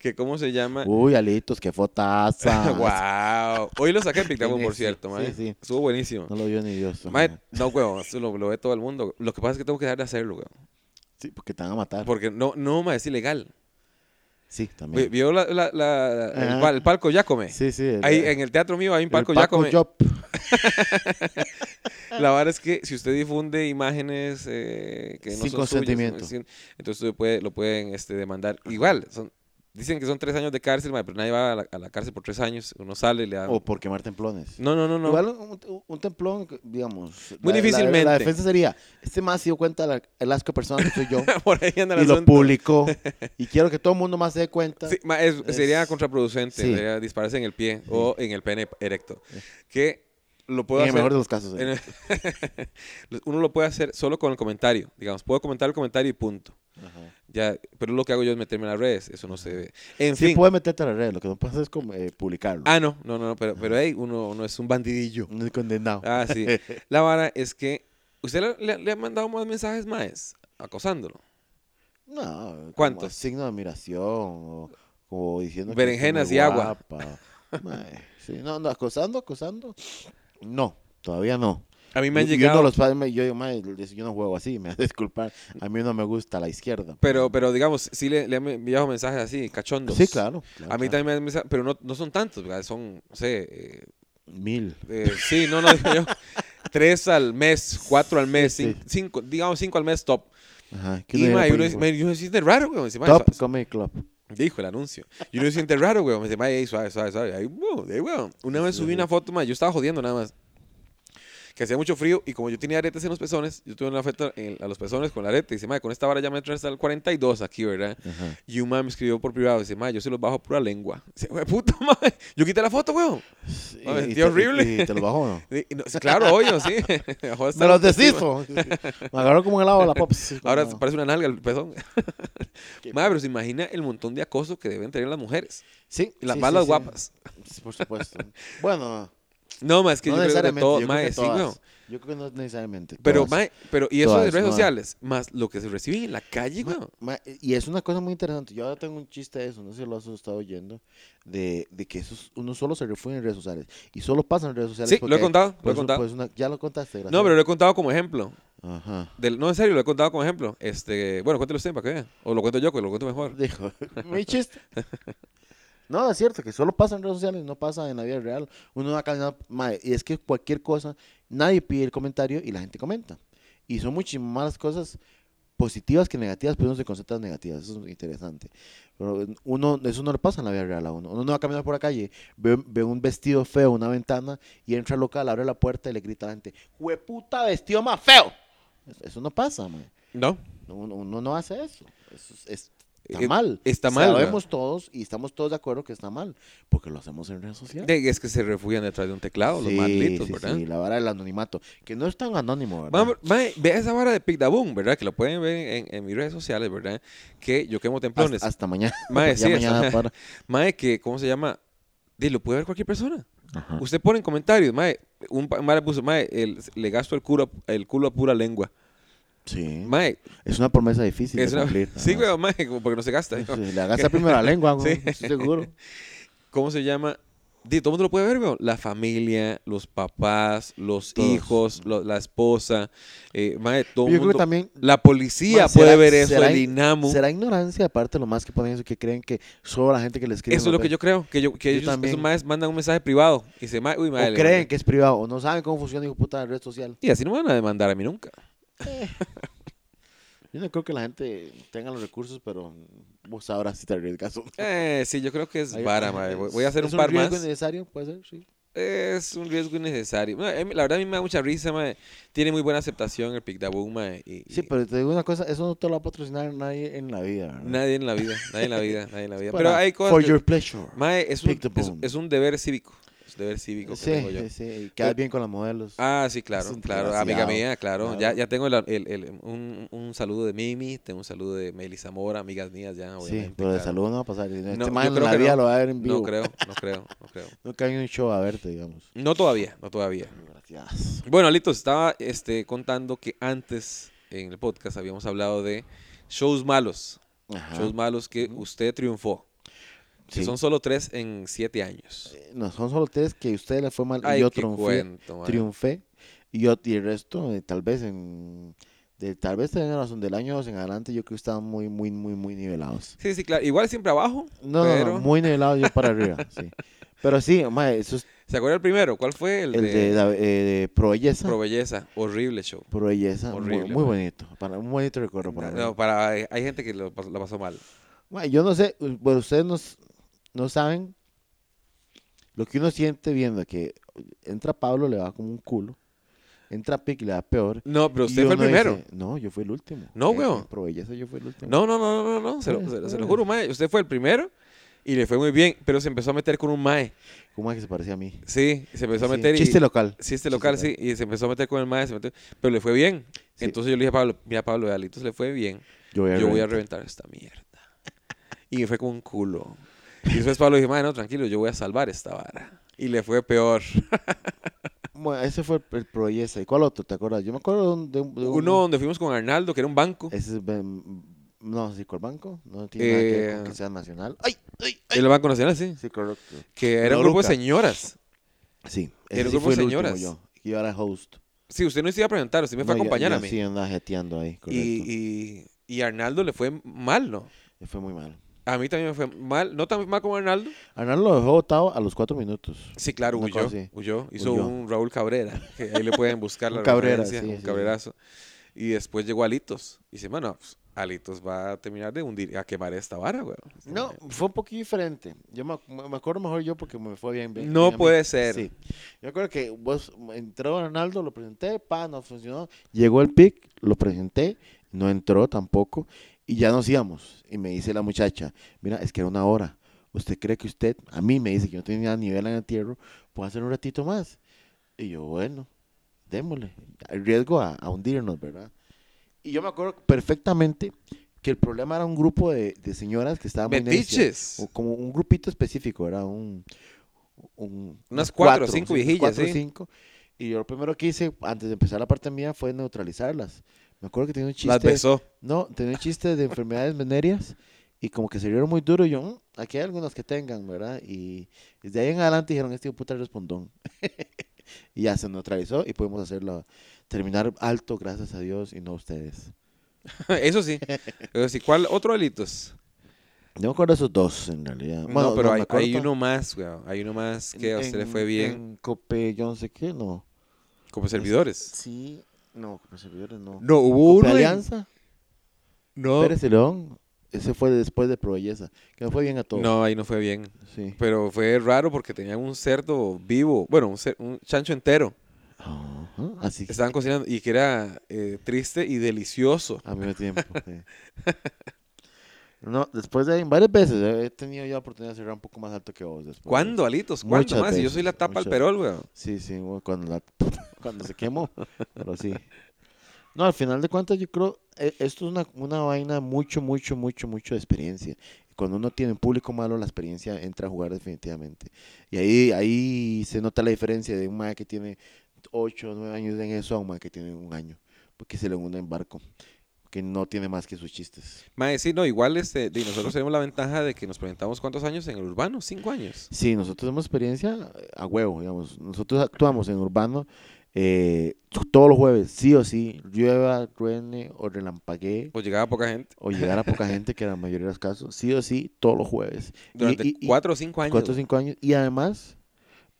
Speaker 1: Que cómo se llama.
Speaker 2: Uy, Alitos, qué
Speaker 1: (laughs)
Speaker 2: fotaza.
Speaker 1: wow. Hoy lo saqué en Pictamon,
Speaker 2: Sí,
Speaker 1: por
Speaker 2: sí,
Speaker 1: cierto, mae.
Speaker 2: sí, sí.
Speaker 1: Estuvo buenísimo.
Speaker 2: No lo vio ni Dios.
Speaker 1: Mae, no, huevón, eso lo, lo ve todo el mundo. Lo que pasa es que tengo que dejar de hacerlo, huevón.
Speaker 2: Sí, porque te van a matar.
Speaker 1: Porque no, no, mae, es ilegal.
Speaker 2: Sí,
Speaker 1: Vi-
Speaker 2: también.
Speaker 1: ¿Vio la, la- la- el,
Speaker 2: Ajá.
Speaker 1: pal- el palco Yacome?
Speaker 2: Sí, sí. el-
Speaker 1: Ahí,
Speaker 2: el-
Speaker 1: en el teatro mío hay un
Speaker 2: el
Speaker 1: palco
Speaker 2: Paco
Speaker 1: Yacome.
Speaker 2: Job. Ah.
Speaker 1: La verdad es que si usted difunde imágenes eh, que no
Speaker 2: Sin
Speaker 1: son
Speaker 2: consentimiento.
Speaker 1: suyas, sin- entonces usted puede- lo pueden este, demandar. Igual, son, dicen que son tres años de cárcel, mae, pero nadie va a la, a la cárcel por tres años. Uno sale y le da...
Speaker 2: O por quemar templones.
Speaker 1: No, Ah. no, no, no.
Speaker 2: Oh. Igual un, un- un templón, digamos.
Speaker 1: Muy
Speaker 2: la- la-
Speaker 1: difícilmente.
Speaker 2: La, defensa sería: Este más se dio cuenta del el asco de persona que soy
Speaker 1: (laughs)
Speaker 2: yo.
Speaker 1: (laughs) por ahí anda el
Speaker 2: y lo
Speaker 1: asunto. (laughs)
Speaker 2: publicó. Y quiero que todo el mundo más se dé cuenta.
Speaker 1: Sí, ma, es-
Speaker 2: Es-
Speaker 1: Sería contraproducente.
Speaker 2: sí.
Speaker 1: sería dispararse en el pie o en el pene erecto. Que lo
Speaker 2: en
Speaker 1: puedo
Speaker 2: el
Speaker 1: hacer...
Speaker 2: mejor de los casos. eh.
Speaker 1: en- uno (laughs) lo puede hacer solo con el comentario. Digamos, puedo comentar el comentario y punto.
Speaker 2: Ajá.
Speaker 1: Ya, pero lo que hago yo es meterme en las redes. Eso no se ve. En
Speaker 2: Sí,
Speaker 1: fin.
Speaker 2: puedes meterte a la red. Lo que no pasa es como, eh, publicarlo.
Speaker 1: Ah, no, no, no, no, pero, pero hey, uno, uno es un bandidillo.
Speaker 2: No es condenado.
Speaker 1: Ah,
Speaker 2: (laughs)
Speaker 1: sí. La vara es que. ¿Usted le, le- le ha mandado más mensajes más? Acosándolo.
Speaker 2: No, como
Speaker 1: ¿Cuántos?
Speaker 2: Signo de admiración o, o diciendo
Speaker 1: Berenjenas
Speaker 2: que
Speaker 1: y
Speaker 2: es muy
Speaker 1: agua.
Speaker 2: guapa. Mae, sí, no, no, acosando, acosando. No, todavía no.
Speaker 1: A mí me han
Speaker 2: Yo-
Speaker 1: llegado.
Speaker 2: Yo no los padres, me- yo digo, "Mae, yo no juego así, me (laughs) vas a disculpar. A mí no me gusta la izquierda.
Speaker 1: Pero, pero digamos, sí le, le han enviado mensajes así, cachondos.
Speaker 2: sí, claro. claro,
Speaker 1: A mí
Speaker 2: claro.
Speaker 1: también me han mensajes, pero no, no son tantos, ¿verdad? son, no sé, eh,
Speaker 2: Mil.
Speaker 1: eh, sí, no, no,
Speaker 2: (laughs)
Speaker 1: digo yo, tres al mes, cuatro al mes,
Speaker 2: Sí,
Speaker 1: cin- cinco, digamos cinco al mes top.
Speaker 2: Ajá. ¿qué
Speaker 1: Y
Speaker 2: no
Speaker 1: ma,
Speaker 2: era
Speaker 1: y uno dice,
Speaker 2: película?
Speaker 1: ma, yo me siento raro, güey. Dice, ma,
Speaker 2: Top
Speaker 1: eso-
Speaker 2: Comedy Club.
Speaker 1: Dijo el anuncio. Y uno se siente raro, güey. Me dice, "Mae, ey, suave, suave, suave. Ahí, wow, ahí, weón. Una vez subí una foto, mae, yo estaba jodiendo nada más. Que hacía mucho frío y como yo tenía aretes en los pezones, yo tuve una foto en- a los pezones con la arete. Y dice, mae, con esta vara ya me entra hasta el 42 aquí, ¿verdad?
Speaker 2: Ajá.
Speaker 1: Y un mae me escribió por privado. Dice, mae, yo se los bajo a pura lengua. Dice, güey, puta (laughs) mae. Yo quité la foto, weón.
Speaker 2: Sí,
Speaker 1: Ma, me sentí
Speaker 2: te-
Speaker 1: horrible.
Speaker 2: y te lo bajó,
Speaker 1: (laughs)
Speaker 2: ¿no?
Speaker 1: Y- y no- claro, obvio, sí. (laughs) Me bajó hasta
Speaker 2: Me los pues.
Speaker 1: autoestima.
Speaker 2: deshizo. me agarró como un helado de la pop. sí,
Speaker 1: Ahora
Speaker 2: como-
Speaker 1: parece una nalga el pezón. (laughs) Mae, pero se imagina el montón de acoso que deben tener las mujeres.
Speaker 2: Sí,
Speaker 1: Las
Speaker 2: sí,
Speaker 1: malas
Speaker 2: sí, sí.
Speaker 1: guapas.
Speaker 2: Sí, por supuesto. bueno,
Speaker 1: No, mae, (laughs) es que
Speaker 2: no
Speaker 1: yo creo que
Speaker 2: necesariamente.
Speaker 1: todo,
Speaker 2: yo, creo
Speaker 1: mae,
Speaker 2: que
Speaker 1: sí,
Speaker 2: todas.
Speaker 1: weón.
Speaker 2: yo creo que no necesariamente.
Speaker 1: Pero,
Speaker 2: todas.
Speaker 1: mae, pero y eso de
Speaker 2: Todas,
Speaker 1: redes
Speaker 2: mae.
Speaker 1: sociales, más lo que se recibe en la calle,
Speaker 2: Ma-
Speaker 1: güey.
Speaker 2: ma- y es una cosa muy interesante. Yo ahora tengo un chiste de eso, no sé si lo has estado oyendo, de, de que esos, uno solo se refugia en redes sociales. Y solo pasa en redes sociales.
Speaker 1: Sí, lo he
Speaker 2: porque-
Speaker 1: contado, lo he
Speaker 2: pues,
Speaker 1: contado.
Speaker 2: pues, una- ya lo contaste, gracias.
Speaker 1: No, pero lo he contado como ejemplo.
Speaker 2: Ajá.
Speaker 1: Del- no, en serio, lo he contado como ejemplo. Este, bueno, cuéntelo usted para que vea. O lo cuento yo, que lo cuento mejor.
Speaker 2: Dijo, (laughs) mi chiste. No, es cierto que solo pasa en redes sociales, no pasa en la vida real. Uno va caminando, mae, y es que cualquier cosa, nadie pide el comentario y la gente comenta. Y son muchísimas más las cosas positivas que negativas, pero uno se concentra en negativas, eso es interesante. Pero uno, eso no le pasa en la vida real a uno. Uno no va caminando por la calle, ve, ve un vestido feo, una ventana, y entra al local, abre la puerta y le grita a la gente, ¡Hueputa vestido más feo! Eso- Eso no pasa, mae.
Speaker 1: ¿No?
Speaker 2: Uno, uno no hace eso. Eso es- es- está
Speaker 1: Eh,
Speaker 2: mal.
Speaker 1: está mal, ¿verdad?
Speaker 2: Sabemos todos y estamos todos de acuerdo que está mal, porque lo hacemos en redes sociales.
Speaker 1: De- es que se refugian detrás de un teclado, los
Speaker 2: Sí,
Speaker 1: malditos,
Speaker 2: sí,
Speaker 1: ¿verdad?
Speaker 2: sí, la vara del anonimato, que no es tan anónimo, ¿verdad?
Speaker 1: Vamos, mae, vea esa vara de Pigdaboom, ¿verdad? Que lo pueden ver en, en mis redes sociales, ¿verdad? Que yo quemo
Speaker 2: hasta,
Speaker 1: templones.
Speaker 2: hasta mañana.
Speaker 1: (laughs) Mae,
Speaker 2: (laughs) ya
Speaker 1: sí,
Speaker 2: mañana
Speaker 1: hasta- (laughs)
Speaker 2: para.
Speaker 1: Mae, que, ¿cómo se llama? De, lo puede ver cualquier persona.
Speaker 2: Ajá.
Speaker 1: Usted pone en comentarios, mae, un pa- mae le puso, mae, el- le gasto el culo, a- el culo a pura lengua.
Speaker 2: Sí.
Speaker 1: Mae,
Speaker 2: Es una promesa difícil
Speaker 1: Es
Speaker 2: de
Speaker 1: una-
Speaker 2: cumplir.
Speaker 1: (laughs) Sí,
Speaker 2: ajá.
Speaker 1: güey, mae, como porque no se gasta. ¿no?
Speaker 2: Sí, le agarra primero la lengua,
Speaker 1: (laughs)
Speaker 2: güey,
Speaker 1: Sí.
Speaker 2: estoy seguro.
Speaker 1: ¿Cómo se llama? Di, todo el mundo lo puede ver, güey. La familia, los papás, los
Speaker 2: Todos.
Speaker 1: hijos, lo- la esposa, eh, mae, todo el
Speaker 2: Yo creo
Speaker 1: mundo.
Speaker 2: que también
Speaker 1: La policía
Speaker 2: Mae,
Speaker 1: puede
Speaker 2: será-
Speaker 1: ver eso,
Speaker 2: será
Speaker 1: el
Speaker 2: in-
Speaker 1: INAMU.
Speaker 2: será ignorancia, aparte lo más que ponen eso, que creen que solo la gente que les escribe.
Speaker 1: Eso es lo que yo creo, que, yo, que
Speaker 2: Yo
Speaker 1: ellos
Speaker 2: también.
Speaker 1: esos maes mandan un mensaje privado y se mae, uy, mae,
Speaker 2: O
Speaker 1: le
Speaker 2: creen
Speaker 1: mandé".
Speaker 2: que es privado, o no saben cómo funciona, hijo puta, la red social.
Speaker 1: Y así no me van a demandar a mí nunca.
Speaker 2: Yo no creo que la gente tenga los recursos, pero mm, vos sabrás si te arriesgas o no.
Speaker 1: Eh, sí, yo creo que (laughs) es
Speaker 2: Ahí-
Speaker 1: vara, mae. Voy voy a hacer
Speaker 2: ¿Es
Speaker 1: un par
Speaker 2: riesgo
Speaker 1: más.
Speaker 2: necesario? Puede ser, sí.
Speaker 1: Es un riesgo innecesario. No, eh, la verdad, a mí me da mucha risa, mae. Tiene muy buena aceptación el Pic Daboom, mae. y-
Speaker 2: Sí,
Speaker 1: y-
Speaker 2: pero te digo una cosa, eso no te lo va a patrocinar nadie en la vida. ¿verdad?
Speaker 1: Nadie en la vida, nadie en la vida, nadie en la
Speaker 2: (laughs)
Speaker 1: vida.
Speaker 2: Para-
Speaker 1: Pero hay cosas.
Speaker 2: For
Speaker 1: que-
Speaker 2: your pleasure.
Speaker 1: Mae, es un,
Speaker 2: Pick the
Speaker 1: es-
Speaker 2: bone.
Speaker 1: es un deber cívico. Es un deber cívico que tengo
Speaker 2: Sí,
Speaker 1: yo.
Speaker 2: sí, sí. y Quedas bien con los modelos.
Speaker 1: Ah, sí,
Speaker 2: Es
Speaker 1: claro,
Speaker 2: un
Speaker 1: claro. Amiga
Speaker 2: desgraciado,
Speaker 1: mía, claro. Ya,
Speaker 2: claro.
Speaker 1: ya tengo la- el- el- un, un saludo de Mimi, tengo un saludo de Melissa Zamora, amigas mías ya, obviamente.
Speaker 2: sí, pero de
Speaker 1: claro.
Speaker 2: salud no va a pasar. Este
Speaker 1: No,
Speaker 2: man
Speaker 1: yo
Speaker 2: en
Speaker 1: creo
Speaker 2: la
Speaker 1: que
Speaker 2: vida
Speaker 1: no.
Speaker 2: lo va a ver en vivo.
Speaker 1: No creo,
Speaker 2: (laughs)
Speaker 1: no creo, no creo.
Speaker 2: Nunca hay un show a verte, digamos.
Speaker 1: No todavía, no todavía.
Speaker 2: Gracias.
Speaker 1: Bueno, Alito, estaba este, contando que antes en el podcast habíamos hablado de shows malos.
Speaker 2: Ajá.
Speaker 1: Shows malos que usted triunfó. Que
Speaker 2: Ah. Sí.
Speaker 1: son solo tres en siete años.
Speaker 2: Eh, No, son solo tres que a ustedes les fue mal
Speaker 1: Ay,
Speaker 2: y yo
Speaker 1: qué
Speaker 2: triunfé.
Speaker 1: cuento, mae.
Speaker 2: triunfé. Y, yo, y el resto, eh, tal vez en... De, tal vez teniendo razón del año en adelante, yo creo que estaban muy, muy, muy, muy nivelados.
Speaker 1: Sí, sí, claro. Igual siempre abajo.
Speaker 2: No, no, no,
Speaker 1: pero...
Speaker 2: muy nivelado yo
Speaker 1: (laughs)
Speaker 2: para arriba, sí. Pero sí, mae, eso es
Speaker 1: ¿Se acuerda el primero? ¿Cuál fue? El,
Speaker 2: el
Speaker 1: de,
Speaker 2: de, la- eh, de Pro Belleza.
Speaker 1: Pro Belleza. Horrible show.
Speaker 2: Pro Belleza, muy-
Speaker 1: Horrible, mae.
Speaker 2: muy, bonito, para, un bonito recuerdo para
Speaker 1: No,
Speaker 2: mí.
Speaker 1: no, para, hay hay gente que lo, pas- la pasó mal.
Speaker 2: Mae, yo no sé, u- bueno, ustedes no, s- no saben lo que uno siente viendo que entra Pablo, le va como un culo, entra Pic, le da peor.
Speaker 1: No, pero
Speaker 2: y
Speaker 1: usted fue el
Speaker 2: uno
Speaker 1: primero.
Speaker 2: dice, no, yo fui el último.
Speaker 1: No,
Speaker 2: Eh,
Speaker 1: weón.
Speaker 2: en Pro Belleza yo fui el último.
Speaker 1: No, no, no, no, no, no. Se lo, se lo- se lo juro, mae. Usted fue el primero y le fue muy bien, pero se empezó a meter con un mae.
Speaker 2: ¿Cómo es que se parecía a mí?
Speaker 1: Sí, se empezó a
Speaker 2: Sí,
Speaker 1: meter. y-
Speaker 2: Chiste local.
Speaker 1: Sí, este local, sí. Y se empezó a meter con el mae, se metió- pero le fue bien.
Speaker 2: Sí.
Speaker 1: Entonces yo le dije a Pablo, mira, Pablo, dale, entonces le fue bien.
Speaker 2: Yo voy a
Speaker 1: yo voy a
Speaker 2: reventar.
Speaker 1: reventar esta mierda. Y me fue como un culo. Y después Pablo dijo, mae, no, tranquilo, yo voy a salvar esta vara. Y le fue peor.
Speaker 2: Bueno, ese fue el, el Pro Belleza. ¿Y cuál otro? ¿Te acuerdas? Yo me acuerdo de un... de un- de un-
Speaker 1: Uno donde fuimos con Arnaldo, que era un banco.
Speaker 2: Ese es ben- no, Banco, no tiene nada que ver con
Speaker 1: Eh,
Speaker 2: que sea nacional. ¡Ay! ¡Ay!
Speaker 1: El Banco Nacional, sí.
Speaker 2: Sí, correcto.
Speaker 1: Que era un
Speaker 2: No,
Speaker 1: grupo de
Speaker 2: Luca.
Speaker 1: señoras.
Speaker 2: Sí,
Speaker 1: Pero
Speaker 2: ese sí
Speaker 1: grupo
Speaker 2: fue el
Speaker 1: señoras.
Speaker 2: último yo. que Yo era host.
Speaker 1: Sí, usted no se iba a presentar, usted me fue
Speaker 2: No,
Speaker 1: a
Speaker 2: yo-
Speaker 1: acompañar
Speaker 2: yo
Speaker 1: a mí.
Speaker 2: Sí, andaba jeteando ahí, correcto.
Speaker 1: y, y, y a Arnaldo le fue mal, ¿no?
Speaker 2: Me Fue muy mal.
Speaker 1: A mí también me fue mal, no tan mal como Arnaldo.
Speaker 2: Arnaldo lo dejó botado a los cuatro minutos.
Speaker 1: Sí, claro,
Speaker 2: Una
Speaker 1: huyó.
Speaker 2: cosa así.
Speaker 1: Huyó. Hizo
Speaker 2: Huyó.
Speaker 1: un Raúl Cabrera. que ahí le pueden buscar
Speaker 2: (laughs) Un
Speaker 1: la
Speaker 2: Cabrera,
Speaker 1: referencia,
Speaker 2: sí,
Speaker 1: un
Speaker 2: sí.
Speaker 1: cabrerazo. Y después llegó Alitos. Y dice, bueno, pues, Alitos va a terminar de hundir, a quemar esta vara, güey.
Speaker 2: No, fue un poquito diferente. Yo me, me acuerdo mejor yo porque me fue bien. bien
Speaker 1: No
Speaker 2: bien a mí.
Speaker 1: puede ser.
Speaker 2: Sí. Yo acuerdo que vos entró Arnaldo, lo presenté, pa, no funcionó. Llegó el pic, lo presenté, no entró tampoco. Y ya nos íbamos. Y me dice la muchacha, mira, es que era una hora. ¿Usted cree que usted, a mí me dice que yo tenía nivel en el tierra, puedo hacer un ratito más? Y yo, bueno, démosle. Hay riesgo a, a hundirnos, ¿verdad? Y yo me acuerdo perfectamente que el problema era un grupo de, de señoras que estaban muy necias.
Speaker 1: Metiches.
Speaker 2: O como un grupito específico, era un, un-
Speaker 1: Unas cuatro, cinco viejillas,
Speaker 2: cuatro,
Speaker 1: sí.
Speaker 2: cinco. Y yo lo primero que hice antes de empezar la parte mía fue neutralizarlas. Me acuerdo que tenía un
Speaker 1: Las
Speaker 2: chiste.
Speaker 1: besó.
Speaker 2: No, tenía un chiste de enfermedades venéreas y como que se rieron muy duro. Y yo, "Mm, aquí hay algunas que tengan, ¿verdad? Y desde ahí en adelante dijeron, este hijo de puta es respondón. (laughs) y ya se neutralizó y pudimos hacerlo terminar alto, gracias a Dios y no a ustedes.
Speaker 1: (laughs) Eso sí. Eso sí. ¿Cuál otro Alitos?
Speaker 2: Yo me acuerdo de esos dos, en realidad. Ah, Bueno,
Speaker 1: no, pero
Speaker 2: me
Speaker 1: hay,
Speaker 2: acuerdo
Speaker 1: hay
Speaker 2: tam-
Speaker 1: uno más, güey. Hay uno más que a usted le
Speaker 2: en-
Speaker 1: fue bien.
Speaker 2: En Cope, yo no sé qué, no.
Speaker 1: Como servidores.
Speaker 2: Sí, no, Cope Servidores no.
Speaker 1: No, hubo
Speaker 2: Cope
Speaker 1: uno. en-
Speaker 2: Alianza,
Speaker 1: No,
Speaker 2: Pérez y León, ese fue después de Pro Belleza, que me fue bien a todos.
Speaker 1: no, ahí no fue bien.
Speaker 2: Sí.
Speaker 1: Pero fue raro porque tenían un cerdo vivo. Bueno, un, cer- un chancho entero.
Speaker 2: Ajá, Así que
Speaker 1: Estaban cocinando y que era eh, triste y delicioso.
Speaker 2: a mismo tiempo. (laughs) sí. No, después de ahí, varias veces eh, he tenido yo la oportunidad de cerrar un poco más alto que vos. Después.
Speaker 1: ¿Cuándo, Alitos? ¿Cuándo
Speaker 2: Muchas
Speaker 1: más? Y yo soy
Speaker 2: veces,
Speaker 1: la tapa al
Speaker 2: muchas.
Speaker 1: perol, weón.
Speaker 2: Sí, sí, bueno, cuando, la- (laughs) cuando se quemó, pero sí. No, al final de cuentas yo creo, eh, esto es una, una vaina mucho, mucho, mucho, mucho de experiencia. Cuando uno tiene un público malo, la experiencia entra a jugar definitivamente. Y ahí, ahí se nota la diferencia de un mae que tiene 8 o 9 años en eso a un mae que tiene un año, porque se le hunde en barco, que no tiene más que sus chistes.
Speaker 1: Mae, sí, no, igual este, di, nosotros tenemos la ventaja de que nos presentamos cuántos años en el urbano, cinco años.
Speaker 2: Sí, nosotros tenemos experiencia eh, a huevo, digamos. Nosotros actuamos en Urbano eh, todos los jueves, sí o sí, llueva, truene o relampaguee
Speaker 1: O Pues llegaba poca gente.
Speaker 2: o
Speaker 1: (laughs)
Speaker 2: llegara poca gente, que era la mayoría de los casos, sí o sí, todos los jueves. Y-
Speaker 1: Durante
Speaker 2: y- y
Speaker 1: cuatro o cinco años.
Speaker 2: cuatro o cinco años. Y además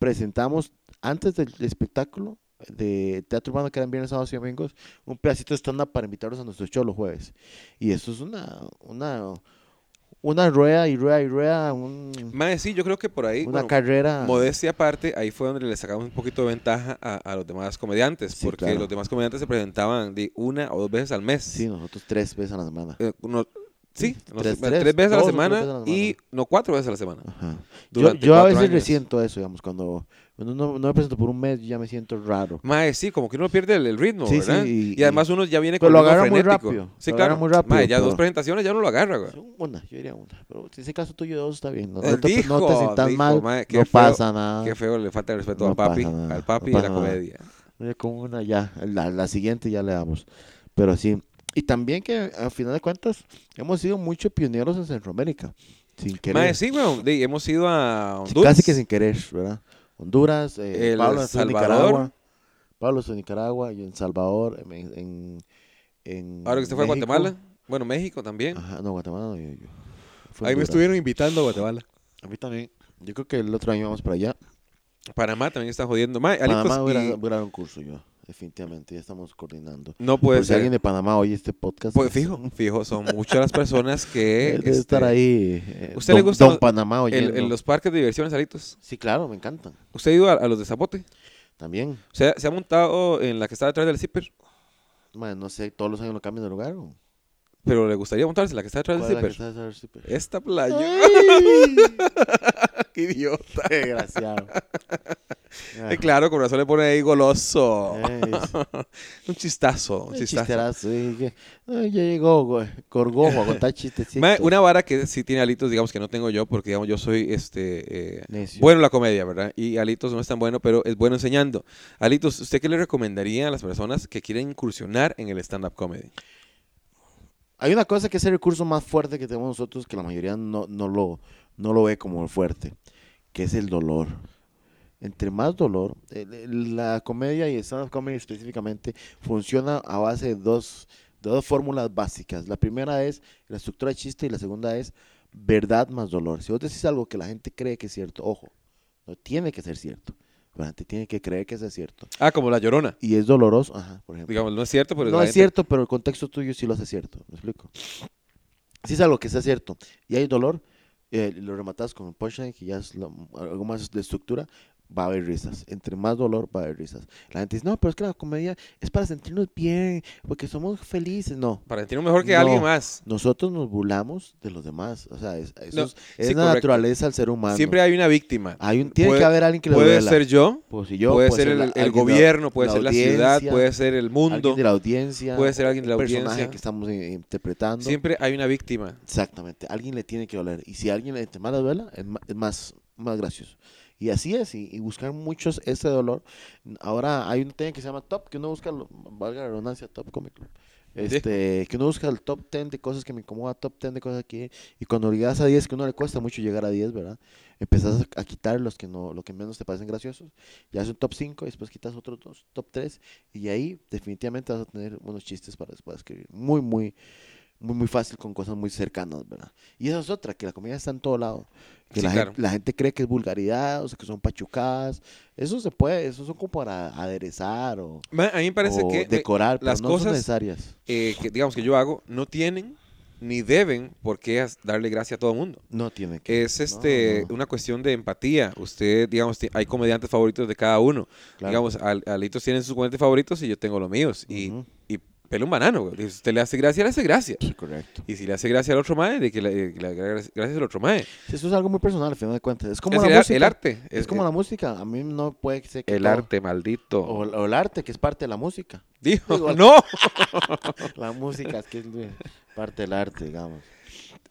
Speaker 2: presentamos, antes del espectáculo, de teatro urbano que eran viernes, sábados y domingos, un pedacito de stand-up para invitarlos a nuestro show los jueves. Y esto es una, una, una rueda y rueda y rueda, un-
Speaker 1: Mae, sí, yo creo que por ahí.
Speaker 2: una
Speaker 1: eh, bueno,
Speaker 2: carrera.
Speaker 1: Modestia aparte, ahí fue donde le sacamos un poquito de ventaja a, a los demás comediantes,
Speaker 2: Sí,
Speaker 1: porque
Speaker 2: claro.
Speaker 1: los demás comediantes se presentaban de una o dos veces al mes.
Speaker 2: Sí, nosotros tres veces a la semana.
Speaker 1: Eh, uno- sí, no sé,
Speaker 2: Tres-
Speaker 1: tres,
Speaker 2: tres,
Speaker 1: veces a la
Speaker 2: dos o tres
Speaker 1: semana
Speaker 2: veces a la
Speaker 1: y no cuatro veces a la semana.
Speaker 2: Ajá. Yo,
Speaker 1: durante
Speaker 2: yo a
Speaker 1: cuatro
Speaker 2: veces
Speaker 1: años.
Speaker 2: resiento eso, digamos, cuando cuando no, no me presento por un mes, yo ya me siento raro.
Speaker 1: Mae, sí, como que uno pierde el, el ritmo,
Speaker 2: Sí,
Speaker 1: ¿verdad?
Speaker 2: sí, y-
Speaker 1: y, además uno ya viene
Speaker 2: pero
Speaker 1: con
Speaker 2: lo
Speaker 1: ritmo
Speaker 2: agarra muy
Speaker 1: frenético.
Speaker 2: rápido,
Speaker 1: Sí,
Speaker 2: lo
Speaker 1: claro.
Speaker 2: agarra muy rápido,
Speaker 1: Mae, ya
Speaker 2: pero-
Speaker 1: dos presentaciones ya no lo agarra, güey.
Speaker 2: Una, yo diría una. Pero si ese caso tuyo dos está bien. No,
Speaker 1: Eh,
Speaker 2: no te,
Speaker 1: dijo,
Speaker 2: no te sientas
Speaker 1: dijo,
Speaker 2: mal,
Speaker 1: mae, qué
Speaker 2: no
Speaker 1: feo,
Speaker 2: pasa nada.
Speaker 1: Qué feo, le falta el respeto
Speaker 2: Ah. No
Speaker 1: a papi,
Speaker 2: pasa nada,
Speaker 1: al papi
Speaker 2: no
Speaker 1: y la
Speaker 2: pasa nada.
Speaker 1: comedia.
Speaker 2: Mira, Con una ya, la, la siguiente ya le damos. Pero sí, y también que al final de cuentas hemos sido muchos pioneros en Centroamérica, sin querer.
Speaker 1: Mae, sí, güey, di, hemos ido a
Speaker 2: Sí,
Speaker 1: Honduras.
Speaker 2: Casi que sin querer, ¿verdad? Honduras, eh,
Speaker 1: El
Speaker 2: Pablo estuvo en
Speaker 1: Salvador.
Speaker 2: Nicaragua. Pablo estuvo en Nicaragua, yo en Salvador, en. en, en
Speaker 1: Ahora que usted fue a
Speaker 2: México.
Speaker 1: Guatemala. Bueno, México también.
Speaker 2: Ajá, no, Guatemala no, yo. yo.
Speaker 1: Ahí me
Speaker 2: Fue Honduras.
Speaker 1: estuvieron invitando a Guatemala.
Speaker 2: A mí también. Yo creo que el otro año vamos para allá.
Speaker 1: Panamá también está jodiendo. Mae, Alicos
Speaker 2: Panamá voy a,
Speaker 1: y-
Speaker 2: voy a dar un curso yo, definitivamente, ya estamos coordinando.
Speaker 1: No
Speaker 2: Por
Speaker 1: puede
Speaker 2: si alguien
Speaker 1: ser.
Speaker 2: de Panamá oye este podcast.
Speaker 1: Pues
Speaker 2: es-
Speaker 1: fijo, fijo, son muchas las personas que.
Speaker 2: (laughs) eh, Debe estar
Speaker 1: este,
Speaker 2: ahí. eh,
Speaker 1: ¿Usted
Speaker 2: don,
Speaker 1: le gusta
Speaker 2: Don
Speaker 1: lo-
Speaker 2: Panamá
Speaker 1: el-
Speaker 2: oyendo.
Speaker 1: en los parques de diversiones, Alitos.
Speaker 2: Sí, claro, me encantan.
Speaker 1: ¿Usted ha ido a, a los de Zapote?
Speaker 2: También.
Speaker 1: ¿Se, se ha montado en la que está detrás del zipper?
Speaker 2: Man, no sé, todos los años lo cambian de lugar. ¿o?
Speaker 1: Pero le gustaría montarse en la que está detrás
Speaker 2: ¿Cuál
Speaker 1: del
Speaker 2: es la que
Speaker 1: zipper.
Speaker 2: está detrás del zipper?
Speaker 1: Esta playa.
Speaker 2: ¡Ay!
Speaker 1: ¡Qué idiota!
Speaker 2: Qué desgraciado. (laughs) Ah,
Speaker 1: Eh, claro, con razón le pone ahí goloso.
Speaker 2: eh, es-
Speaker 1: Un chistazo, un
Speaker 2: un
Speaker 1: chistazo.
Speaker 2: chisterazo. eh, que- ay, ya llegó güey, Corgojo a contar chistecitos.
Speaker 1: Ma, una vara que sí tiene alitos, digamos que no tengo yo, porque digamos yo soy este eh,
Speaker 2: Necio.
Speaker 1: bueno en la comedia, ¿verdad? Y alitos no es tan bueno, pero es bueno enseñando. Alitos, ¿usted qué le recomendaría a las personas que quieren incursionar en el stand-up comedy?
Speaker 2: Hay una cosa que es el recurso más fuerte que tenemos nosotros que la mayoría no, no, lo, no lo ve como fuerte, que es el dolor. Entre más dolor, el- el- la comedia y el stand-up comedy específicamente funciona a base de dos, de dos fórmulas básicas. La primera es la estructura de chiste y la segunda es verdad más dolor. Si vos decís algo que la gente cree que es cierto, ojo, no tiene que ser cierto. La gente tiene que creer que eso es cierto.
Speaker 1: Ah, como la llorona.
Speaker 2: Y es doloroso, ajá, por ejemplo.
Speaker 1: Digamos, no es cierto, pero
Speaker 2: No
Speaker 1: la
Speaker 2: es
Speaker 1: gente-
Speaker 2: cierto, pero el contexto tuyo sí lo hace cierto. ¿Me explico? Si es algo que sea cierto y hay dolor, eh, lo rematas con un punchline que ya es lo- algo más de estructura, va a haber risas. Entre más dolor, va a haber risas. La gente dice, no, pero es que la comedia es para sentirnos bien, porque somos felices. No,
Speaker 1: Para sentirnos mejor que
Speaker 2: No.
Speaker 1: alguien más.
Speaker 2: nosotros nos burlamos de los demás. O sea, es, eso
Speaker 1: No,
Speaker 2: es, es
Speaker 1: sí,
Speaker 2: la
Speaker 1: correcto.
Speaker 2: naturaleza del ser humano.
Speaker 1: Siempre hay una víctima.
Speaker 2: hay un, tiene
Speaker 1: puede-
Speaker 2: que haber alguien Ah, que lo
Speaker 1: Puede
Speaker 2: duela.
Speaker 1: ser yo,
Speaker 2: Pues si yo,
Speaker 1: puede,
Speaker 2: puede
Speaker 1: ser el,
Speaker 2: la-
Speaker 1: el
Speaker 2: alguien de la-
Speaker 1: gobierno, puede
Speaker 2: la
Speaker 1: ser la ciudad,
Speaker 2: audiencia,
Speaker 1: puede ser el mundo,
Speaker 2: alguien de la audiencia,
Speaker 1: puede ser alguien de la
Speaker 2: un personaje
Speaker 1: audiencia.
Speaker 2: que estamos eh, interpretando.
Speaker 1: Siempre hay una víctima.
Speaker 2: Exactamente, alguien le tiene que doler. Y si alguien le entre más le duela, es ma- es más, más gracioso. Y así es, y, y buscar muchos ese dolor. Ahora hay un tema que se llama top, que uno busca, lo- valga la redundancia, top comic club. Este, que uno busca el top 10 de cosas que me incomoda, top 10 de cosas que... Y cuando llegas a 10, que a uno le cuesta mucho llegar a 10, ¿verdad? Empezás a, a quitar los que no, lo que menos te parecen graciosos. Ya es un top 5, después quitas otros dos, top 3. Y ahí definitivamente vas a tener unos chistes para después escribir. Muy, muy, muy, muy fácil con cosas muy cercanas, ¿verdad? Y esa es otra, que la comida está en todo lado. Que
Speaker 1: Sí,
Speaker 2: la,
Speaker 1: claro.
Speaker 2: gente, la gente cree que es vulgaridad, o sea, que son pachucadas. Eso se puede, eso son como para aderezar o,
Speaker 1: Ma, A mí me parece
Speaker 2: o
Speaker 1: que me-
Speaker 2: decorar, pero
Speaker 1: las
Speaker 2: no son
Speaker 1: cosas-
Speaker 2: necesarias.
Speaker 1: eh, que digamos que yo hago no tienen ni deben por qué as- darle gracia a todo el mundo.
Speaker 2: No tiene que.
Speaker 1: Es este
Speaker 2: no.
Speaker 1: una cuestión de empatía. Usted, digamos, ti- hay comediantes favoritos de cada uno.
Speaker 2: Claro.
Speaker 1: Digamos, al- Alitos tienen sus comediantes favoritos y yo tengo los míos. Y,
Speaker 2: Ujú.
Speaker 1: y pela un banano, güey. Si usted le hace gracia, le hace gracia.
Speaker 2: Sí, correcto.
Speaker 1: Y si le hace gracia al otro mae, de que le, que le haga gra- gracias al otro mae.
Speaker 2: Sí, Eso es algo muy personal, al final de cuentas. Es como
Speaker 1: Es
Speaker 2: la
Speaker 1: el, ar-
Speaker 2: música.
Speaker 1: el arte. eh,
Speaker 2: Es como la música. A mí no puede ser que
Speaker 1: el
Speaker 2: todo-
Speaker 1: arte, maldito.
Speaker 2: O, o el arte, que es parte de la música.
Speaker 1: Dijo, (laughs)
Speaker 2: Digo,
Speaker 1: no.
Speaker 2: La música es que es de- parte del arte, digamos.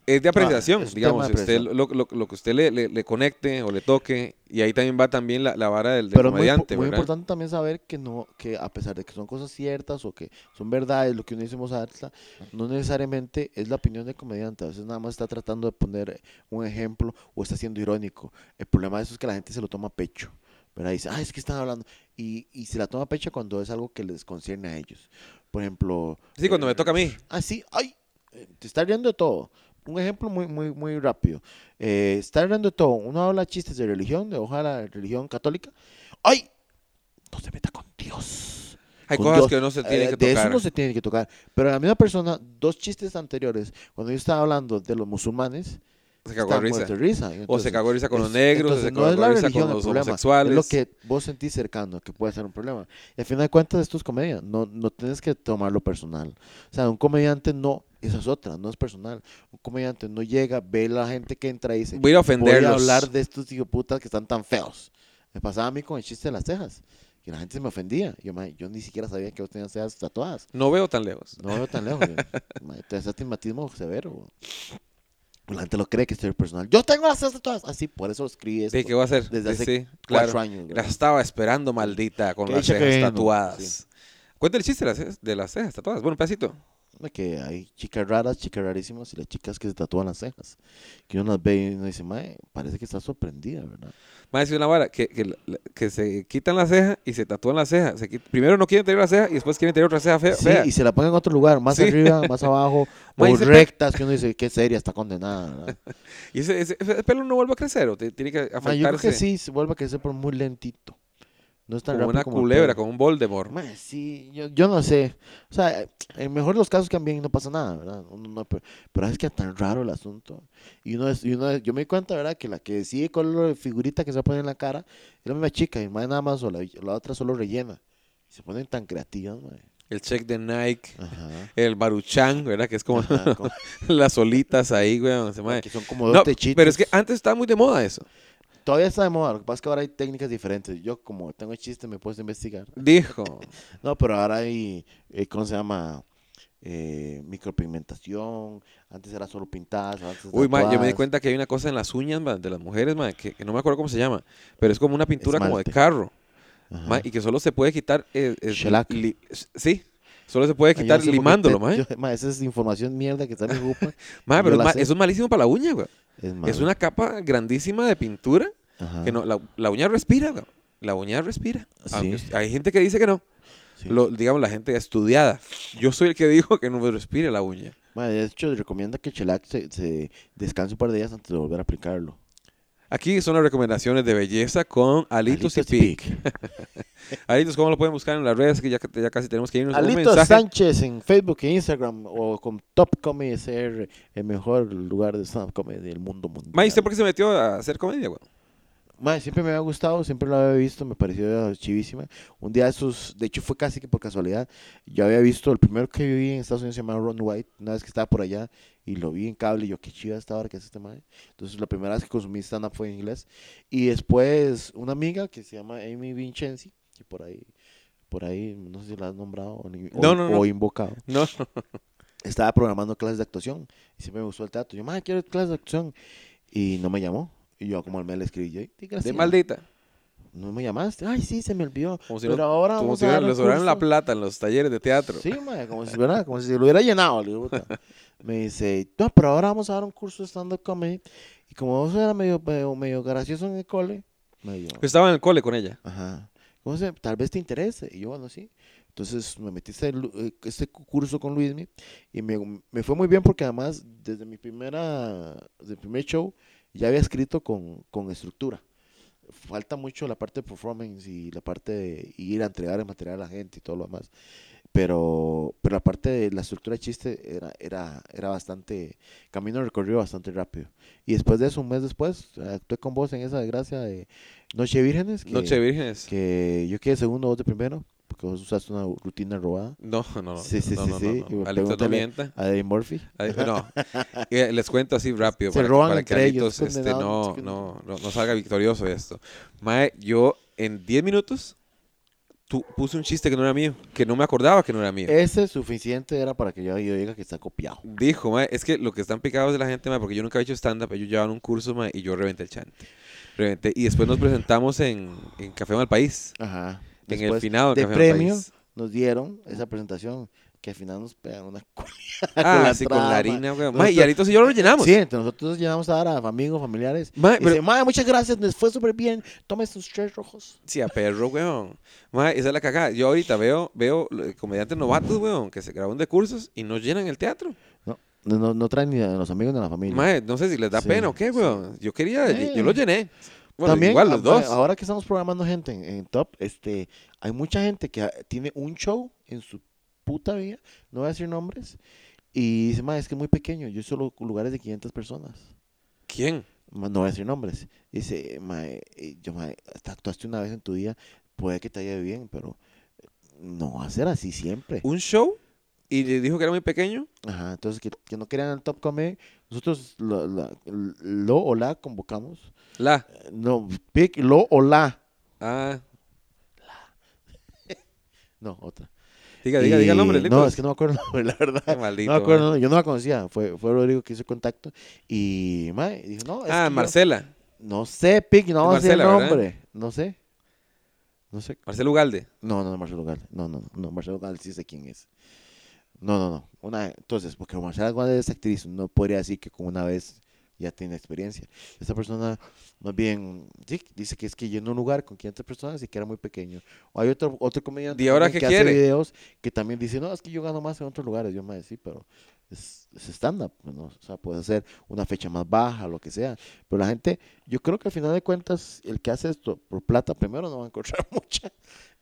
Speaker 1: Es de apreciación,
Speaker 2: es un
Speaker 1: digamos,
Speaker 2: tema de
Speaker 1: usted, lo, lo- lo que usted le, le- le conecte o le toque, y ahí también va también la, la vara del, del
Speaker 2: Pero es muy,
Speaker 1: comediante,
Speaker 2: impo- muy
Speaker 1: ¿verdad?
Speaker 2: importante también saber que no que a pesar de que son cosas ciertas o que son verdades, lo que uno dice en voz alta, no necesariamente es la opinión del comediante. A veces nada más está tratando de poner un ejemplo o está siendo irónico. El problema de eso es que la gente se lo toma a pecho. ¿verdad? Dice, ah, es que están hablando. Y, y se la toma a pecho cuando es algo que les concierne a ellos. Por ejemplo...
Speaker 1: Sí, cuando me toca a mí.
Speaker 2: Así, ay, eh, te está riendo de todo. Un ejemplo muy, muy, muy rápido. Eh, está riendo de todo. Uno habla chistes de religión, de ojalá religión católica. ¡Ay! no se meta con Dios.
Speaker 1: Hay
Speaker 2: con
Speaker 1: cosas
Speaker 2: Dios.
Speaker 1: que no se tienen
Speaker 2: Eh,
Speaker 1: que
Speaker 2: De eso
Speaker 1: tocar.
Speaker 2: no se tienen que tocar. Pero la misma persona, dos chistes anteriores, cuando yo estaba hablando de los musulmanes,
Speaker 1: Se cagó de
Speaker 2: estaba
Speaker 1: risa.
Speaker 2: muerto de risa.
Speaker 1: O
Speaker 2: Entonces,
Speaker 1: se cagó de risa con los
Speaker 2: es-
Speaker 1: negros, o
Speaker 2: entonces
Speaker 1: se
Speaker 2: no
Speaker 1: cagó
Speaker 2: es la
Speaker 1: de risa
Speaker 2: religión
Speaker 1: con
Speaker 2: el
Speaker 1: los
Speaker 2: problema,
Speaker 1: homosexuales.
Speaker 2: Es lo que vos sentís cercano, que puede ser un problema. Y al final de cuentas, esto es comedia. No, no tienes que tomarlo personal. O sea, un comediante no, esa es otra, no es personal. Un comediante no llega, ve la gente que entra y dice,
Speaker 1: Voy a ir a
Speaker 2: voy a
Speaker 1: ofenderlos.
Speaker 2: hablar de estos putas que están tan feos. Me pasaba a mí con el chiste de las cejas. Y la gente se me ofendía. Yo, mae, yo ni siquiera sabía que vos tenías cejas tatuadas.
Speaker 1: No veo tan lejos.
Speaker 2: No veo tan lejos.
Speaker 1: (laughs)
Speaker 2: Entonces, astigmatismo severo. güey. La gente lo cree que estoy personal. Yo tengo las cejas tatuadas. Así, por eso escribí esto.
Speaker 1: ¿De qué va a hacer?
Speaker 2: Desde
Speaker 1: Sí,
Speaker 2: hace
Speaker 1: sí,
Speaker 2: cuatro
Speaker 1: claro.
Speaker 2: años. güey.
Speaker 1: La estaba esperando, maldita, con
Speaker 2: Que
Speaker 1: las
Speaker 2: dice
Speaker 1: cejas
Speaker 2: que no,
Speaker 1: tatuadas.
Speaker 2: sí.
Speaker 1: Cuenta el chiste de las cejas- de las cejas tatuadas. Bueno, un pedacito.
Speaker 2: De Que hay chicas raras, chicas rarísimas y las chicas que se tatúan las cejas. Que uno las ve y uno dice, mae, parece que está sorprendida, ¿verdad?
Speaker 1: Más decir una vara, que, que, la- la- que se quitan la ceja y se tatúan la ceja. Se quit- Primero no quieren tener la ceja y después quieren tener otra ceja fea.
Speaker 2: Sí,
Speaker 1: fea.
Speaker 2: y se la ponen en otro lugar, más
Speaker 1: Sí.
Speaker 2: arriba,
Speaker 1: (laughs)
Speaker 2: más abajo,
Speaker 1: Mae,
Speaker 2: o
Speaker 1: ese pe-
Speaker 2: rectas, que uno dice, qué seria, está condenada, ¿verdad?
Speaker 1: Y ese, ese- ese pelo no vuelve a crecer o te- tiene que
Speaker 2: Mae, Ah, yo creo
Speaker 1: afectarse
Speaker 2: que sí, se vuelve a crecer, pero muy lentito. No es tan
Speaker 1: como
Speaker 2: rápido
Speaker 1: una
Speaker 2: como el
Speaker 1: culebra,
Speaker 2: pelo.
Speaker 1: como un Voldemort.
Speaker 2: Mae, sí, yo, yo no sé. O sea, en mejor de los casos cambian y no pasa nada, ¿verdad? Uno no- pero, pero es que es tan raro el asunto. Y uno, es- y uno es- yo me di cuenta, ¿verdad? Que la que decide color de figurita que se va a poner en la cara es la misma chica, y más nada más, o la, la otra solo rellena. Y se ponen tan creativas, mae.
Speaker 1: El check de Nike,
Speaker 2: Ajá.
Speaker 1: el Maruchan, ¿verdad? Que es como (laughs)
Speaker 2: (laughs) Ajá, como-
Speaker 1: las olitas ahí, güey. donde se mueve.
Speaker 2: que son como dos
Speaker 1: No,
Speaker 2: techitos.
Speaker 1: pero es que ah antes estaba muy de moda eso.
Speaker 2: Todavía está de moda, lo que pasa es que ahora hay técnicas diferentes. Yo, como tengo chistes, me puedes investigar.
Speaker 1: Dijo.
Speaker 2: No, pero ahora hay, eh, ¿cómo se llama? Eh, micropigmentación. Antes era solo pintadas. ahora antes
Speaker 1: Uy, ma, yo me di
Speaker 2: tatuadas.
Speaker 1: cuenta que hay una cosa en las uñas ma, de las mujeres, ma, que, que no me acuerdo cómo se llama, pero es como una pintura como de
Speaker 2: Esmalte.
Speaker 1: carro,
Speaker 2: Ajá.
Speaker 1: ma, y que solo se puede quitar. eh, eh,
Speaker 2: Shellac.
Speaker 1: li- sí, solo se puede
Speaker 2: Ah, yo no
Speaker 1: quitar
Speaker 2: sé por qué
Speaker 1: limándolo,
Speaker 2: te- (laughs)
Speaker 1: ma. ¿eh?
Speaker 2: yo- ma, Esa es información mierda que está en mi
Speaker 1: (laughs)
Speaker 2: grupo.
Speaker 1: Ma,
Speaker 2: yo
Speaker 1: pero es
Speaker 2: la
Speaker 1: ma-
Speaker 2: sé.
Speaker 1: eso es malísimo para la uña, güey.
Speaker 2: Es,
Speaker 1: Es
Speaker 2: mala.
Speaker 1: una capa grandísima de pintura
Speaker 2: Ajá,
Speaker 1: que no, la, la uña respira, güey. La uña respira. Aunque
Speaker 2: Ah. Sí.
Speaker 1: us- Hay gente que dice que no.
Speaker 2: sí.
Speaker 1: Lo- digamos, la gente estudiada. Yo soy el que dijo que no me respire la uña.
Speaker 2: Ma, de hecho, recomienda que Chelac se, se descanse un par de días antes de volver a aplicarlo.
Speaker 1: Aquí son las recomendaciones de belleza con Alitos, y Pic. (laughs) Alitos, ¿cómo lo pueden buscar en las redes? Que ya, ya casi tenemos que irnos. Un
Speaker 2: Alito
Speaker 1: mensaje.
Speaker 2: Sánchez en Facebook e Instagram o con Top Comedy CR, el mejor lugar de stand-up comedy del mundo mundial.
Speaker 1: Ma, ¿y usted por qué se metió a hacer comedia, güey?
Speaker 2: Mae, siempre me había gustado, siempre lo había visto, me pareció chivísima. Un día de esos, de hecho fue casi que por casualidad, yo había visto, el primero que viví en Estados Unidos se llamaba Ron White, una vez que estaba por allá y lo vi en cable y yo, qué chida esta hora que hace este mae. Entonces la primera vez que consumí stand-up fue en inglés. Y después una amiga que se llama Amy Vincenzi, que por ahí, por ahí, no sé si la has nombrado o, ni- o-
Speaker 1: No, no, no.
Speaker 2: o invocado
Speaker 1: No, (laughs)
Speaker 2: estaba programando clases de actuación y siempre me gustó el teatro. Yo, madre, quiero clases de actuación. Y no me llamó. Y yo, como al mes le escribí, yo, "Ay,
Speaker 1: de
Speaker 2: qué gracia,
Speaker 1: maldita.
Speaker 2: No me llamaste. Ay, sí, se me olvidó.
Speaker 1: Como si,
Speaker 2: Pero
Speaker 1: no,
Speaker 2: ahora
Speaker 1: como
Speaker 2: vamos
Speaker 1: si
Speaker 2: a
Speaker 1: no-
Speaker 2: dar un
Speaker 1: le sobraran la
Speaker 2: curso".
Speaker 1: plata en los talleres de teatro.
Speaker 2: Sí, madre, como si, ¿verdad? como si lo hubiera llenado. le digo, puta. Me dice, no, pero ahora vamos a dar un curso de stand-up comedy. Y como vos era medio, medio, medio gracioso en el cole, medio.
Speaker 1: Yo estaba en el cole con ella.
Speaker 2: Ajá. ¿Cómo se- Tal vez te interese. Y yo, bueno, sí. Entonces me metí este, lu- eh, este cu- curso con Luismi y me, me fue muy bien porque además desde mi primera, desde el primer show ya había escrito con, con estructura. Falta mucho la parte de performance y la parte de ir a entregar el material a la gente y todo lo demás. Pero, pero la parte de la estructura de chiste era, era, era bastante, camino recorrido bastante rápido. Y después de eso, un mes después, actué con vos en esa desgracia de Noche de Vírgenes. que-
Speaker 1: Noche de Vírgenes.
Speaker 2: que yo quedé segundo, vos de primero, porque vos usaste una rutina robada.
Speaker 1: No, no, no.
Speaker 2: Sí, sí,
Speaker 1: no,
Speaker 2: sí,
Speaker 1: no, no,
Speaker 2: sí.
Speaker 1: no.
Speaker 2: Y
Speaker 1: Alitos no
Speaker 2: pregúntale-
Speaker 1: mienta.
Speaker 2: A Eddie Murphy.
Speaker 1: Ay,
Speaker 2: (laughs)
Speaker 1: No. Eh, Les cuento así rápido.
Speaker 2: Se
Speaker 1: para que-
Speaker 2: roban
Speaker 1: para que,
Speaker 2: entre ellos,
Speaker 1: Alitos,
Speaker 2: pues,
Speaker 1: este,
Speaker 2: condenados,
Speaker 1: no,
Speaker 2: que-
Speaker 1: no, no, no salga victorioso de esto. Mae, yo en 10 minutos tu- puse un chiste que no era mío, que no me acordaba que no era mío.
Speaker 2: Ese suficiente era para que yo, yo diga que está copiado.
Speaker 1: Dijo, mae, es que lo que están picados de la gente, mae, porque yo nunca había hecho stand-up, ellos llevaban un curso, mae, y yo reventé el chante. Reventé. Y después nos presentamos en, en Café Malpaís,
Speaker 2: Ajá.
Speaker 1: en el
Speaker 2: Después
Speaker 1: finado
Speaker 2: de
Speaker 1: Café
Speaker 2: premio
Speaker 1: Malpaís.
Speaker 2: nos dieron esa presentación que al final nos pegaron una (laughs) culia.
Speaker 1: Ah,
Speaker 2: la
Speaker 1: sí, con la
Speaker 2: trama.
Speaker 1: harina, weón.
Speaker 2: Nosotros-
Speaker 1: Mae, y Aritos y yo lo llenamos.
Speaker 2: Sí, entonces nosotros llenamos ahora a amigos, familiares.
Speaker 1: Mae,
Speaker 2: Y
Speaker 1: pero-
Speaker 2: dice, "Mae, muchas gracias, les fue súper bien. Toma estos tres rojos.
Speaker 1: Sí, a perro, weón. Mae, esa es la cagada. Yo ahorita veo, veo eh, comediantes novatos, weón, que se graban de cursos y no llenan el teatro.
Speaker 2: No, no, no- no traen ni a los amigos ni a la familia.
Speaker 1: Mae, no sé si les da
Speaker 2: Sí,
Speaker 1: pena o qué, weón. Yo quería,
Speaker 2: Eh.
Speaker 1: yo lo llené. Bueno,
Speaker 2: También, ah,
Speaker 1: igual los
Speaker 2: a- a-
Speaker 1: dos.
Speaker 2: ahora que estamos programando gente en, en Top, este, hay mucha gente que ah, tiene un show en su puta vida, no voy a decir nombres, y dice, "Ma, es que es muy pequeño, yo solo lugares de 500 personas.
Speaker 1: ¿Quién?
Speaker 2: Ma, no voy a decir nombres. Dice, "Ma, eh, yo, ma, hasta actuaste una vez en tu día, puede que te haya ido bien, pero eh, no va a ser así siempre.
Speaker 1: ¿Un show? Y le dijo que era muy pequeño.
Speaker 2: Ajá, entonces que, que no querían el Top Comedy, nosotros lo, la- lo o la convocamos.
Speaker 1: La.
Speaker 2: Eh, No, pick lo o la.
Speaker 1: Ah.
Speaker 2: No, otra.
Speaker 1: Diga, diga, diga el
Speaker 2: Y-
Speaker 1: nombre.
Speaker 2: No,
Speaker 1: Nicolás.
Speaker 2: es que no me acuerdo el nombre, (laughs) la verdad.
Speaker 1: Qué maldito,
Speaker 2: no me acuerdo,
Speaker 1: ma.
Speaker 2: no, yo no la conocía. Fue, fue Rodrigo que hizo contacto. Y, mae, dijo, no, es
Speaker 1: ah,
Speaker 2: que yo-
Speaker 1: Marcela.
Speaker 2: No sé, Pic, no vamos a decir el
Speaker 1: Marcela, ¿verdad?
Speaker 2: nombre. No sé. No sé.
Speaker 1: Marcela Ugalde.
Speaker 2: No, no, no, Marcelo Gal. No, no, no, no, Marcelo Gal sí sé quién es. No, no, no. Una, entonces, porque Marcela Gal es actriz, no podría decir que con una vez ya tiene experiencia. Esta persona, más bien, sí, dice que es que llenó un lugar con 500 personas y que era muy pequeño. O hay otro, otro comediante
Speaker 1: ¿Y ahora
Speaker 2: también
Speaker 1: qué
Speaker 2: que
Speaker 1: quiere?
Speaker 2: hace videos que también dice, no, es que yo gano más en otros lugares. Yo me decía, pero es, es stand-up, ¿no? O sea, puedes hacer una fecha más baja, lo que sea. Pero la gente, yo creo que al final de cuentas, el que hace esto por plata, primero no va a encontrar (laughs) mucha.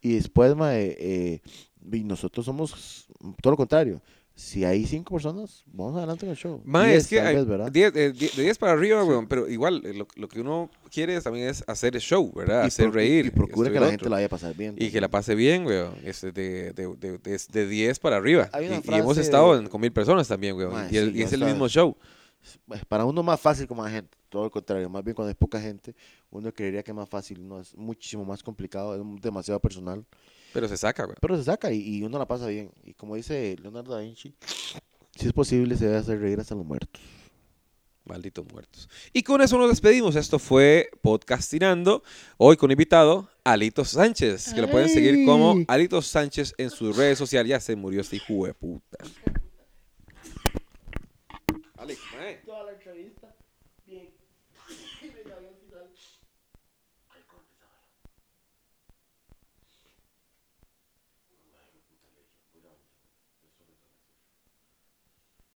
Speaker 2: Y después, mae, eh, y nosotros somos todo lo contrario. Si hay cinco personas, vamos adelante con el show.
Speaker 1: Ma,
Speaker 2: Diez,
Speaker 1: es que
Speaker 2: tal
Speaker 1: hay
Speaker 2: vez, ¿verdad?
Speaker 1: 10, eh, die- de 10 para arriba, weón. Pero igual, eh, lo, lo que uno quiere es- también es hacer el show, ¿verdad? ah,
Speaker 2: Y
Speaker 1: hacer
Speaker 2: pro- y-
Speaker 1: reír.
Speaker 2: Y procura
Speaker 1: esto
Speaker 2: que la
Speaker 1: lo
Speaker 2: gente
Speaker 1: otro.
Speaker 2: la vaya a pasar bien.
Speaker 1: Y que la pase bien, weón. Este, de, de, de, de- de 10 para arriba.
Speaker 2: Hay una
Speaker 1: Y, y hemos
Speaker 2: frase-
Speaker 1: estado en- con mil personas también, weón.
Speaker 2: Ma,
Speaker 1: y el-
Speaker 2: sí,
Speaker 1: y
Speaker 2: ya
Speaker 1: es el
Speaker 2: sabes.
Speaker 1: mismo show.
Speaker 2: Pues, Para uno más fácil con más gente, todo lo contrario. Más bien cuando es poca gente, uno creería que es más fácil. No, es muchísimo más complicado, es demasiado personal.
Speaker 1: Pero se saca, weón.
Speaker 2: Pero se saca y, y uno la pasa bien. Y como dice Leonardo da Vinci, si es posible, se debe hacer reír hasta los muertos.
Speaker 1: Malditos muertos. Y con eso nos despedimos. Esto fue Podcastinando. Hoy con invitado Alito Sánchez, que lo pueden seguir como
Speaker 2: Ay.
Speaker 1: Alito Sánchez en sus redes sociales. Ya se murió este hijo de puta.